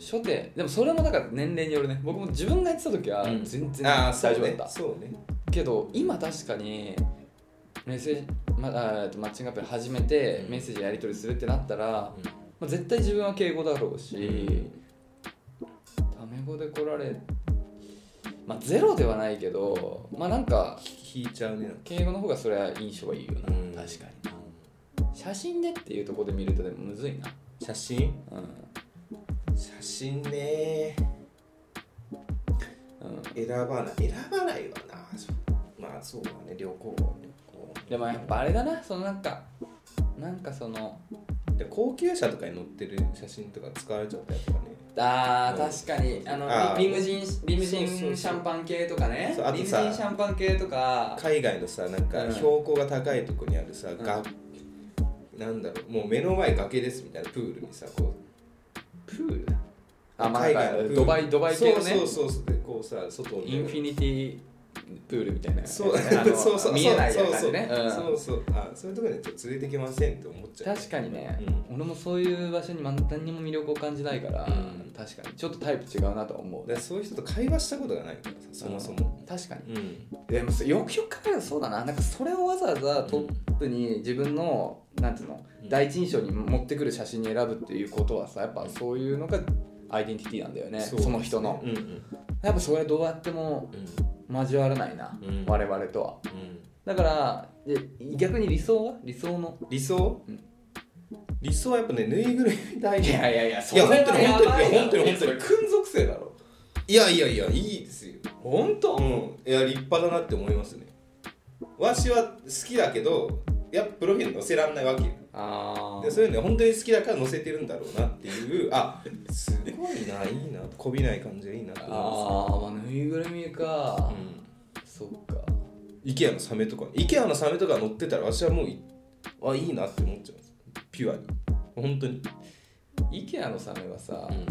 初手でもそれもだから年齢によるね僕も自分がやってた時はうん全然ん、ああ大そ丈う夫だっねた、そうねけど今確かにメッセージ、ま、あえっとマッチングアプリ始めてうんメッセージやり取りするってなったら、まうんあ、絶対自分は敬語だろうし、うんタメ語で来られまあゼロではないけどまあなんかひ引いちゃうね敬語の方がそれは印象がいいよな、うん確かに写真でっていうところで見るとでもむずいな写真うん、写真ねうん、選ばない選ばないわなそうまあそうだね旅行はねこうでもやっぱあれだなそのなんかなんかそので高級車とかに乗ってる写真とか使われちゃったやっぱねあうんー確かにあのあーリリムジンリムジそうそうそうンシャンパン系とかねそうあとさリムジンシャンパン系とか海外のさなんかうん標高が高いとこにあるさ、んがなんだろうもう目の前崖ですみたいなプールにさこうプールあまあ海外のプールドバイドバイ系のねそうそうそうそうでこうさ外を見イるンフィニティプールみたいなそうあのそうそう見えないそう感そじうねうんそうそうあそういうとこにちょっと連れてきませんって思っちゃう確かにね、う俺もそういう場所にま何にも魅力を感じないから、うん確かにちょっとタイプ違うなとは思うだからそういう人と会話したことがないからさそもそも、確かにうんでもそよくよく考えるとそうだななんかそれをわざわざトップに自分の、なんていうのうん第一印象に持ってくる写真に選ぶっていうことはさやっぱそういうのがアイデンティティなんだよねそそうですねの人のうんうんやっぱそれどうやってもうん交わらないな、うん我々とはうんだからで逆に理想は理想の理想、うん理想はやっぱねぬいぐるみ大い事やいやいやそいやれは本当にやばいだろ本当に本当にいやそれ君属性だろいやいやいやいいですよ本当、うんいや立派だなって思いますねわしは好きだけどやっぱプロフィール載せらんないわけよあでそういうの本当に好きだから載せてるんだろうなっていうあすごいないいなこびない感じがいいなって思あー、まあぬいぐるみかいます、うんそっか IKEA のサメとか IKEA のサメとか載ってたらわしはもういあいいなって思っちゃうんですピュアに本当に、 IKEA のサメはさ、ん、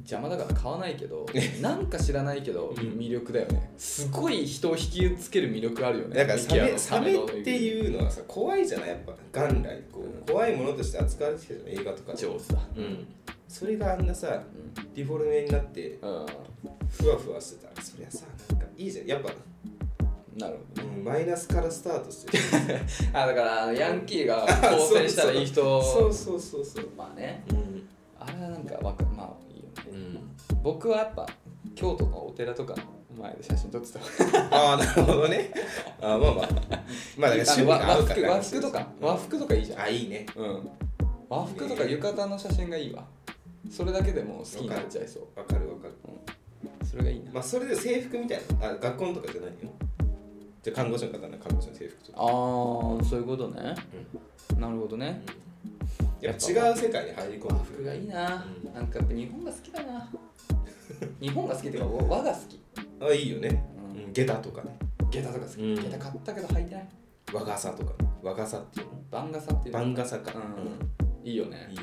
邪魔だから買わないけどなんか知らないけど魅力だよねすごい人を引きつける魅力あるよねだからサメ IKEA のサメのっていうのはさ怖いじゃないやっぱ元来こう怖いものとして扱われてきたじゃない映画とかで上手だうん、それがあんなさディフォルメになってうん、うんふわふわしてたらそりゃさなんかいいじゃんやっぱ、なるほうどねん、マイナスからスタートしてるあだからあのヤンキーが当選したらいい人 そうそうそうそうまあねうん、あれはなんかわかまあいいよねうん、僕はやっぱ京都のお寺とかの前で写真撮ってたわああなるほどねあーまあまあまあだから趣味わが合和うか服ら和服とか和服とかいいじゃんあいいねうん和服とか浴衣の写真がいいわそれだけでもう好きになっちゃいそわかるわかるうそれがいいなまあそれで制服みたいなあ学校のとかじゃないよじゃあ看護師の方の看護師の制服とかああそういうことねなるほどうんねやっぱ違う世界に入り込和む服がいいなうんなんかやっぱ日本が好きだ な日本が好きっていうか和が好きあいいよね、ううん、下駄とかね下駄とか好きうん下駄買ったけど履いてない和傘とか和傘っていうの番傘っていう番傘か、うんいいよねいいね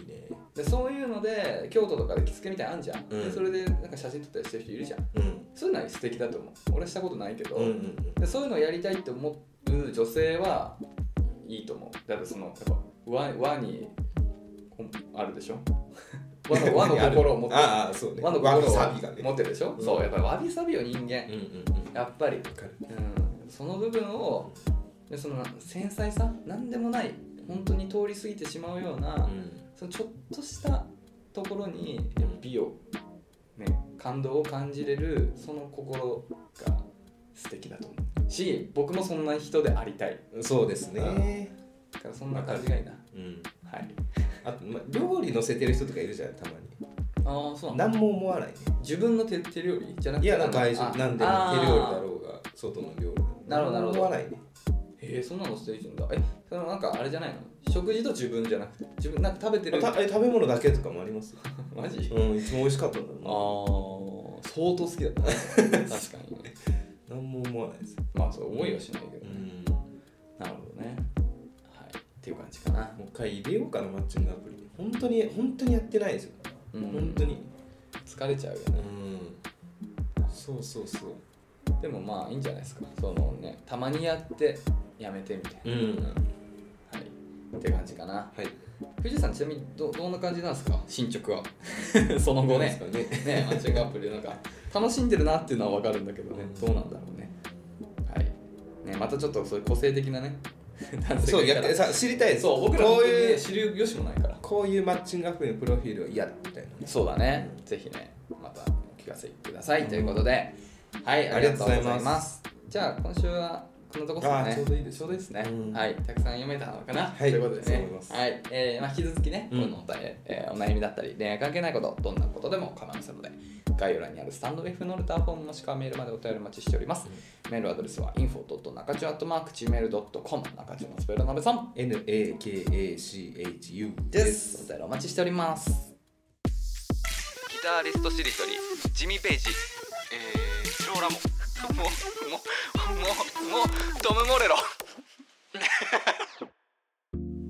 でそういうので京都とかで着付けみたいなのあんじゃん、うんでそれでなんか写真撮ったりしてる人いるじゃんうんそういうのは素敵だと思う俺はしたことないけど、うんうんうんでそういうのをやりたいって思う女性はいいと思うだってそのやっぱ和和にこあるでしょ 和の和の心を持ってるああそうね和の和心のをサビがね持ってるでしょ、うんそうやっぱりわびさびよ人間、うんうんうんわやっぱり、かるうん、その部分をでその繊細さなんでもない本当に通り過ぎてしまうような、うんそのちょっとしたところに美を、ね、感動を感じれるその心が素敵だと思うし僕もそんな人でありたいそうですねだからそんな感じがいいなうんはいあと、まあ、料理載せてる人とかいるじゃんたまああそに何も思わないね自分の手手料理じゃなくいてやなんかあの外食あなんでもあー手料理だろうが外の料理だろうながるほどなるほど何も思わないねへえー、そんなのしていいんだえそのなんかあれじゃないの食事と自分じゃなくて自分なんか食べてるあたえ食べ物だけとかもありますよ マジうんいつも美味しかったんだあもー相当好きだ ったね確かにねん何も思わないですまあそう思いはしないけど、うんなるほどねはいっていう感じかなもう一回入れようかなマッチングアプリ本当に本当にやってないですよ、うん本当に疲れちゃうよねうんそうそうそうでもまあいいんじゃないですかそのねたまにやってやめてみたいな、うんはいって感じかなはい富士山ちなみにどどんな感じなんですか進捗 はその後ねどうですか ねねマッチングアプリなんか楽しんでるなっていうのは分かるんだけどね、うんどうなんだろうねはいねまたちょっとそういう個性的なね男性そがういたら逆にさ知りたいですそう僕らここうういいうう知る由もないからこういうマッチングアプリのプロフィールは嫌だみたいなそうだね、ぜひねまたお聞かせください、ということではいあありりがとがとうござうございいますますじゃあ今週はこんなとこですかねあーちょうどいいですちょうどいいですね、うんはいたくさん読めたのかな、はいということでそうね思いますはい、えーまあ、引き続きね、うんこのお,、えーお悩みだったり恋愛関係ないことどんなことでも構いませんので概要欄にあるスタンド F のレターフォームもしくはメールまでお便りお待ちしております、メールアドレスは info.nakachu.gmail.com 中中のスペルナベさん NAKACHU ですお便りお待ちしておりますギタリストしりとりジミー・ペイジえー、ローラモもうもうもうもうトム・モレロ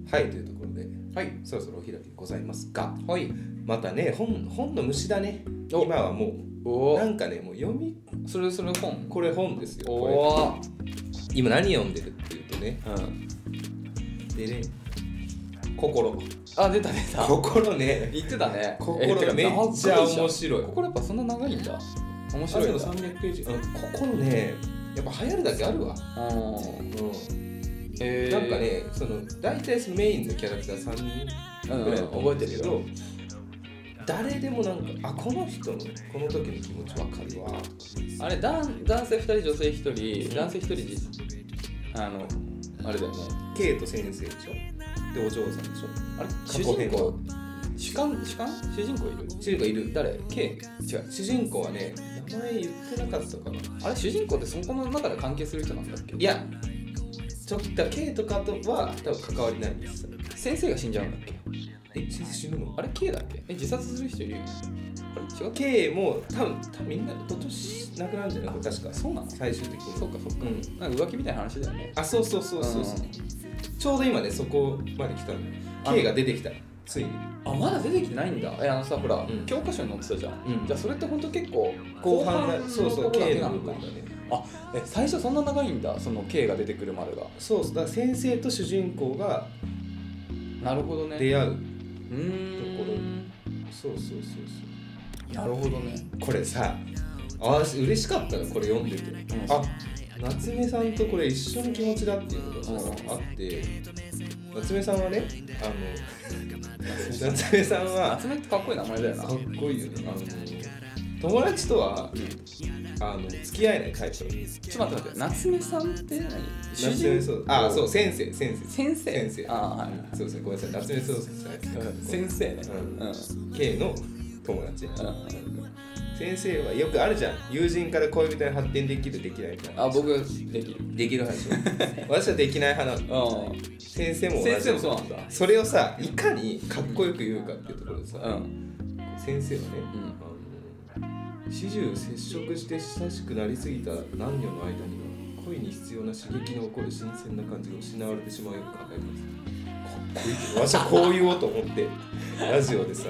はいというところではいそろそろお開きでございますがはいまたね本本の虫だねお今はもおうおなんかねもう読みそれそれ本これ本ですよおこおれ今何読んでるっていうとねうんでね心あ出た出た心ね言ってたね心えてかめっちゃ長いじん面白い心やっぱそんな長いんだ面あ白でいんもだ300ページうん心ねやっぱ流行るだけあるわうんうんえーなんかねその大体そのメインのキャラクター3人ぐらいだと思うんですけど、う誰でもなんかあこの人のこの時の気持ちわかるわあれ男男性2人女性1うん人男性1人じあのあれだよねケイト先生でしょでお嬢さんでしょあれ過主去人編公主観主観主人公いる主人公いる誰 K 違う主人公はね名前言ってなかったかなあれ主人公ってそこの中で関係する人なんだっけいやちょっとケイトかとは多分関わりないんです先生が死んじゃうんだっけえ先生死ぬのあれ K だっけえ自殺する人いるよねあれ違うケイも多分多分みんなどっちなくなるんじゃないこれ確かそうなの最終的にそっかそっかうんなんか浮気みたいな話だよねあそうそうそうそうそううんちょうど今ねそこまで来たのあ K が出てきたついにあまだ出てきてないんだえあのさほら、ん教科書に載ってたじゃん、うんじゃあそれって本当結構後後半半がのそうそうとこだ K けなの部んだ分だねあえ最初そんな長いんだその K が出てくるまでがそうそうだから先生と主人公がなるほどね出会ううーんそうそうそうそなるほどねうこれさあ私嬉しかったのこれ読んでて、んあ夏目さんとこれ一緒の気持ちだっていうことがあって夏目さんはねあの 夏目さんは夏目ってかっこいい名前だよなかっこいいよねあの友達とはあの付き合えないタイプちょっと待って待って夏目さんって何主夏目人そうあそう先生先生先生先生あはいはいそうですねごめんなさい夏目漱石さん先生ねうんうん K の友達、ん先生はよくあるじゃん友人から恋人に発展できるできないみたいなあ僕できるできる派でしょ私はできない派なのう先生もん同じ先生もそうなんだそれをさいかにかっこよく言うかっていうところでさ、うん先生はね、うんあの始終接触して親しくなりすぎた男女の間には恋に必要な刺激の起こる新鮮な感じが失われてしまうよく考えますかっこいい私はこう言おうと思ってラジオ でさ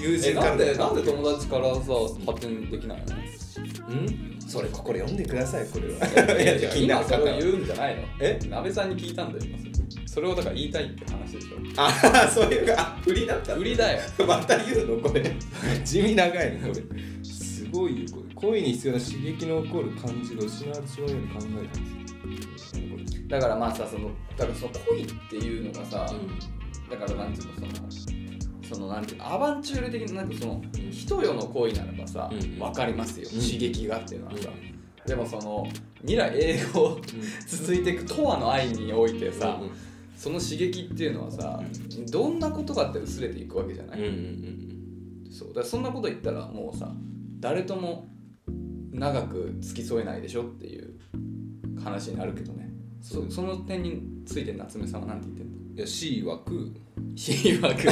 友え人かならんでなんで友達からさ発展できないのんそれここで読んでくださいこれはい いやいややいや気にな今るそ方れをは言うんじゃないのえなべさんに聞いたんだよ今それそれをだから言いたいって話でしょあ ーそういうかあ売りだった売りだよまた言うのこれ 地味長いのこれすごいよこれ恋に必要な刺激の起こる感じが失われてしまうように考えたんですよだからまあさそのだからその恋っていうのがさ、だからなんていうのそのそのなんていうのアバンチュール的ななんかそのうん人よの恋ならばさ、うんわかりますよ、うん刺激がっていうのはさ、うでもその未来英語 続いていく永遠の愛においてささ、その刺激っていうのはさ、どんなことかって薄れていくわけじゃない、そうだからそんなこと言ったらもうさ誰とも長く付き添えないでしょっていう話になるけどねそその点について夏目さんは何て言ってんの いや C 枠 C 枠 C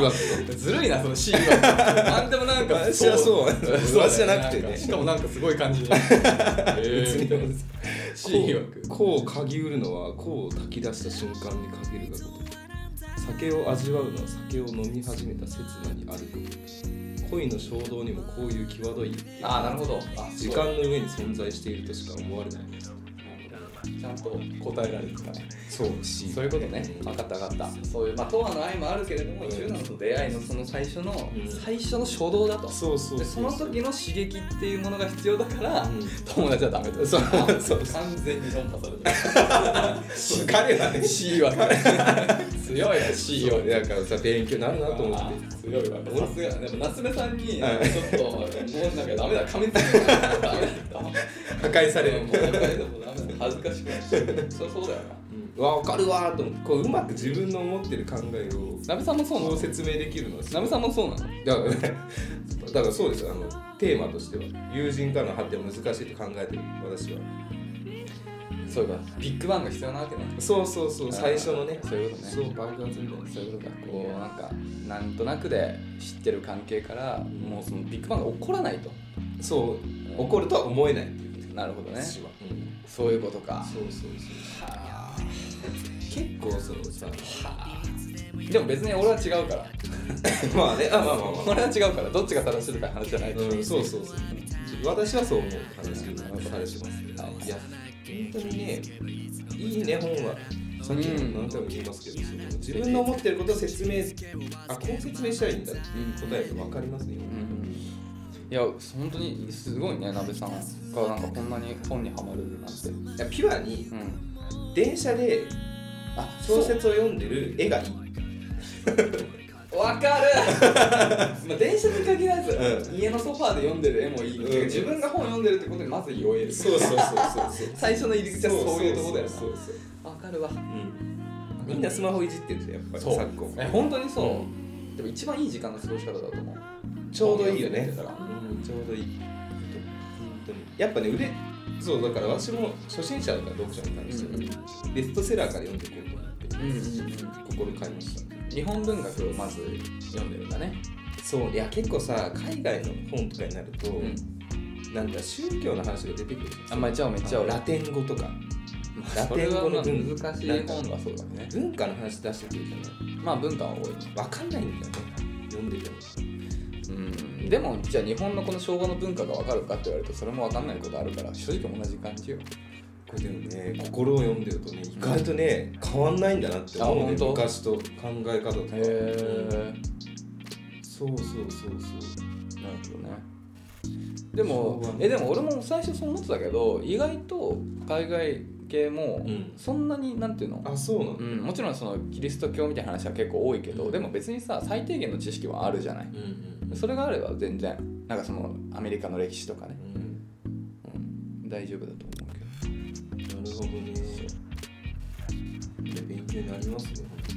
枠ずるいなその C 枠なんでもなんか 私はそう私じゃなくてねんかしかもなんかすごい感じで別にえー C 枠こう嗅ぎうるのはこう炊き出した瞬間に限るがごとく酒を味わうのは酒を飲み始めた刹那にあること恋の衝動にもこういう際どいああなるほどあ時間の上に存在しているとしか思われないちゃんと答えられてたねそうしそういうことね分かった分かったそういうまあ永遠の愛もあるけれどもうん柔軟と出会いのその最初のん最初の初動だとそうそうでその時の刺激っていうものが必要だからうん友達はダメだそう そうそう完全に論破され 彼らねた C 枠 強いわ C そう枠だからさ勉強になるなと思って強いわさすがでも夏目さんにちょはっともうなんかダメだ噛みつけないダメだ破壊さあれれるもうやっぱりでもダメだ恥ずかしくなっちゃうそうそうだよなうんわ分かるわーと思ってこううまく自分の思ってる考えをなべさんもそうなこうの説明できるのはすごないべさんもそうなのだからだから そうですよあのテーマとしては友人からの発展は難しいと考えてる私はそういえばビッグバンが必要なわけねそうそうそう最初のねそういうことねそう爆発みたいなそういうことかこうなんかなんとなくで知ってる関係からもうそのビッグバンが起こらないとそう怒るとは思えないっていうなるほどね私は、うんそういうことかそうそうはそう結構そのさ あでも別に俺は違うからまあねあまあまあまあ俺は違うからどっちが正しいとかいう話じゃないでしょうん、そうそうそう私はそう思う話をされてますはいいや本当にねいいね本はさっきも何回も言いますけど、その自分の思ってることを説明あこう説明したらいいんだっていう答えが分かりますね、うんいや本当にすごいねなべさんがなんかこんなに本にはまるなんていやピュアにうん電車であ小説を読んでる絵がいい、うん、わかる まあ電車に限らず、う家のソファーで読んでる絵もいい、うん自分が本読んでるってことにまず酔えるそうそうそうそうそう最初の入り口はそういうとこだよなそうそうそうわかるわうんみんなスマホいじってるじゃんやっぱりそう昨今え本当にそう、でも一番いい時間の過ごし方だと思うちょうどいいよね本読んでたらうんちょうどいい本当にやっぱね売れそうだから私も初心者だから読書に関しては、ベストセラーから読んでいこうと思ってうんうん心変えました日本文学をまず読んでるんだねそういや結構さ海外の本とかになると、うんなんか宗教の話が出てくるじゃんあんまりちゃおめちゃおラテン語とかラそテれンは語まのあ文難しい本はそうだね文化の話出してくるじゃなまあ文化は多いねいわかんないんだよね読んでてもうんでもじゃあ日本のこの昭和の文化が分かるかって言われるとそれも分かんないことあるから正直同じ感じよこれでもね心を読んでるとね意外とね変わんないんだなって思あうね本当昔と考え方とかへえそうそうそうそうなるほどねでも昭和のえでも俺も最初そう思ってたけど意外と海外系もうんそんなになんていうの、あそうなのうん、もちろんそのキリスト教みたいな話は結構多いけど、うんでも別にさ最低限の知識はあるじゃないうんうんそれがあれば全然なんかそのアメリカの歴史とかね、うんうん、大丈夫だと思うけどなるほどねいや勉強になりますね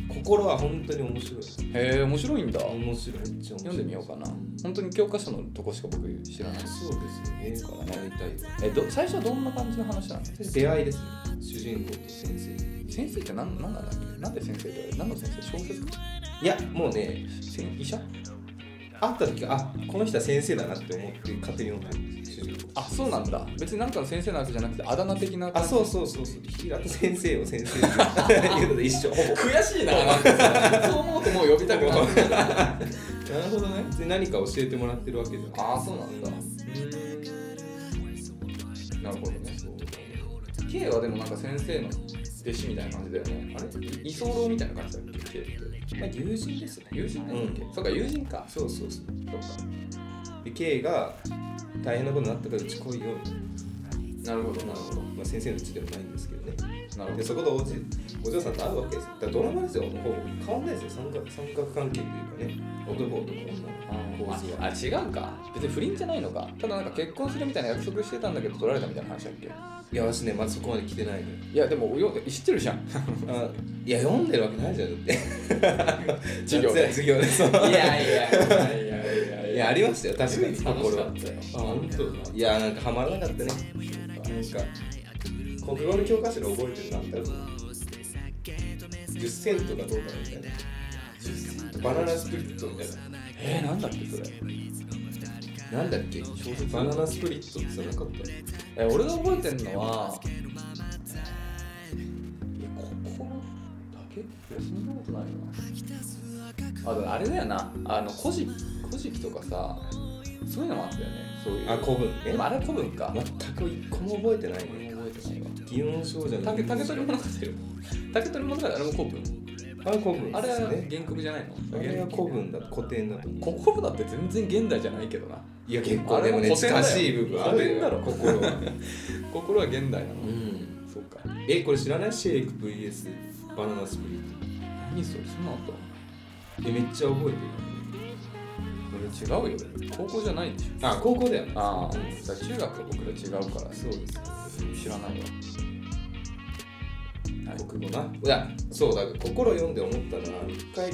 心は本当に面白いへえ面白いんだ、面白いめっちゃ面白い読んでみようかなうん本当に教科書のとこしか僕知らないですそうですよねからやりたいわえど最初はどんな感じの話なの出会いですね主人公と先生先生って何何なんだっけなんで先生って言われる何の先生小説家いやもうねせん医者会った時あこの人は先生だなって思って勝手に読んでるんです主人公あそうなんだ別に何かの先生なわけじゃなくてあだ名的なあ感じそうそうそうそう平田先生を先生って言うので一緒ほぼ悔しいななんか そう思うともう呼びたくなるなるほどねで何か教えてもらってるわけじゃないああそうなんだうなるほどね K はでもなんか先生の弟子みたいな感じだよねあれ居候みたいな感じだっけ K ってまあ友人ですね友人なんだっけ、うそっか友人かそうそうそそうっかで K が大変なことになったからうち来いよなるほどなるほどまあ、先生のうちでもないんですけどねなるほでどそこでおじお嬢さんと会うわけですよだからドラマですよほぼ変わんないですよ三角三角関係というかね男と女の構図あはあ違うか別に不倫じゃないのかただなんか結婚するみたいな約束してたんだけど取られたみたいな話だっけいや私ねまだそこまで来てないのよいやでもよ知ってるじゃ んあいや読んでるわけないじゃんだって授業で 授業でそういやいやいやいやいやありましたよ確かに楽しか心ったよあ本当いやなんかハマらなかったねなんか国語の教科書で覚えてるのあったら10セントがどうかみたいなバナナスプリットみたいえー、なんだっけそれななんだっけバナナスプリットってさなかったえ俺が覚えてるのはえここだけいやそんなことないなあでもあれだよなあの古事古事記とかさそういうのもあったよねそういうあ古文ええでもあれ古文か全く一個も覚えてない俺ねも覚えてないわ祇園少女竹竹取あ物語竹取物語あれも古文れ古文あでれはすね原曲じゃないのあれは古文だ古典だと思う心だって全然現代じゃないけどないや結構構でもあれねも古典だ近よしい部分あるよ古心は心は現代なの、うんそうかえこれ知らないシェイク VS バナナスプリット何それそんなのあったえめっちゃ覚えてる俺違うよ高校じゃないんでしょあ高校だよねああじゃあ中学と僕ら違うからそうです知らないわはい国語ないやそうだ心読んで思ったのは一回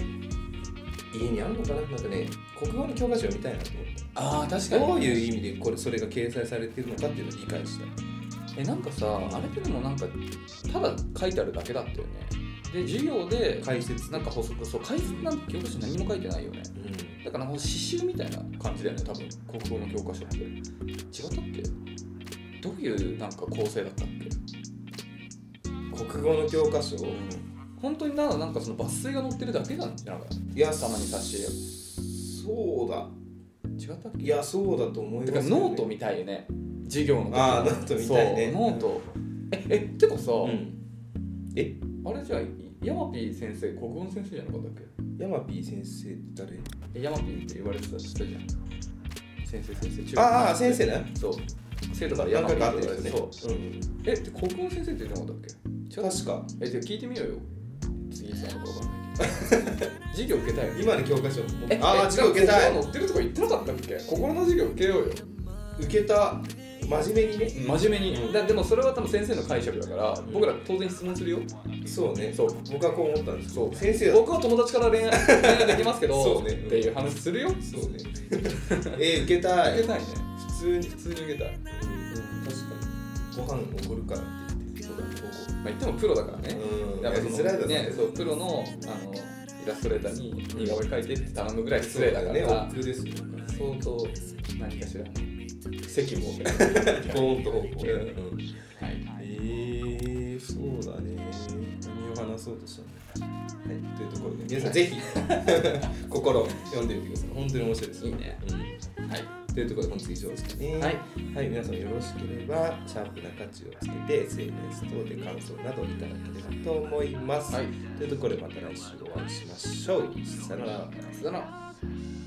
家にあんのかななんかね国語の教科書を見たいなと思ったああ確どういう意味でこれそれが掲載されてるのかっていうのを理解したえなんかさあれってでもなんかただ書いてあるだけだったよねで授業で解説なんか補足そう解説なんて教科書何も書いてないよねうんだからなんか刺繍みたいな感じだよね多分国語の教科書って違ったっけどういうなんか構成だったっけ国語の教科書を本当にただなんかその抜粋が載ってるだけなんじゃないかいや頭に差しそうだ違ったっけいやそうだと思いますだからノートみたいよね授業の時のああノートみたいねそうノートええってかさ、うんあれじゃあヤマピー先生国語の先生じゃなかったっヤマピー先生って誰けえヤマピーって言われてた人じゃん先生先生中学ああ先生ねそう生徒からヤ何マピ回かーっあってて言われるてそよねううんえって国語の先生って言ってなかったっけ違う確かえじゃあ聞いてみようよ次さんのかわかんないけど授業受けたいよね今の教科書えああえ授業受けた心い乗ってるとか言ってなかったっけ心の授業受けようよ受けた真面目にね真面目に、うんだでもそれは多分先生の解釈だから、僕ら当然質問するよそうねそう僕はこう思ったんですそう先生は僕は友達から恋愛 恋愛できますけどそうねっていう話するよそ うねえー、受けたい受けたいね普通に普通に受けたいま確かにご飯おごるからって言ってそうだあ言ってもプロだからね、うんやっぱやりづらいだろうねねそうプロのあのイラストレーターに似顔絵描いてって頼むぐらい失礼だから、ね億劫ですよ相当何かしら責務を負うポーンと方う向んはいえー、そうだね何を話そうとしたのはいというところで皆さんぜひ 心を読んでみてください本当に面白いですいいね、はいうんというところで本日以上ですかねはい、はい、皆さんよろしければシャープな価値をつけて SNS 等で感想などいただければと思います、はいというところでまた来週お会いしましょうさよならさよなら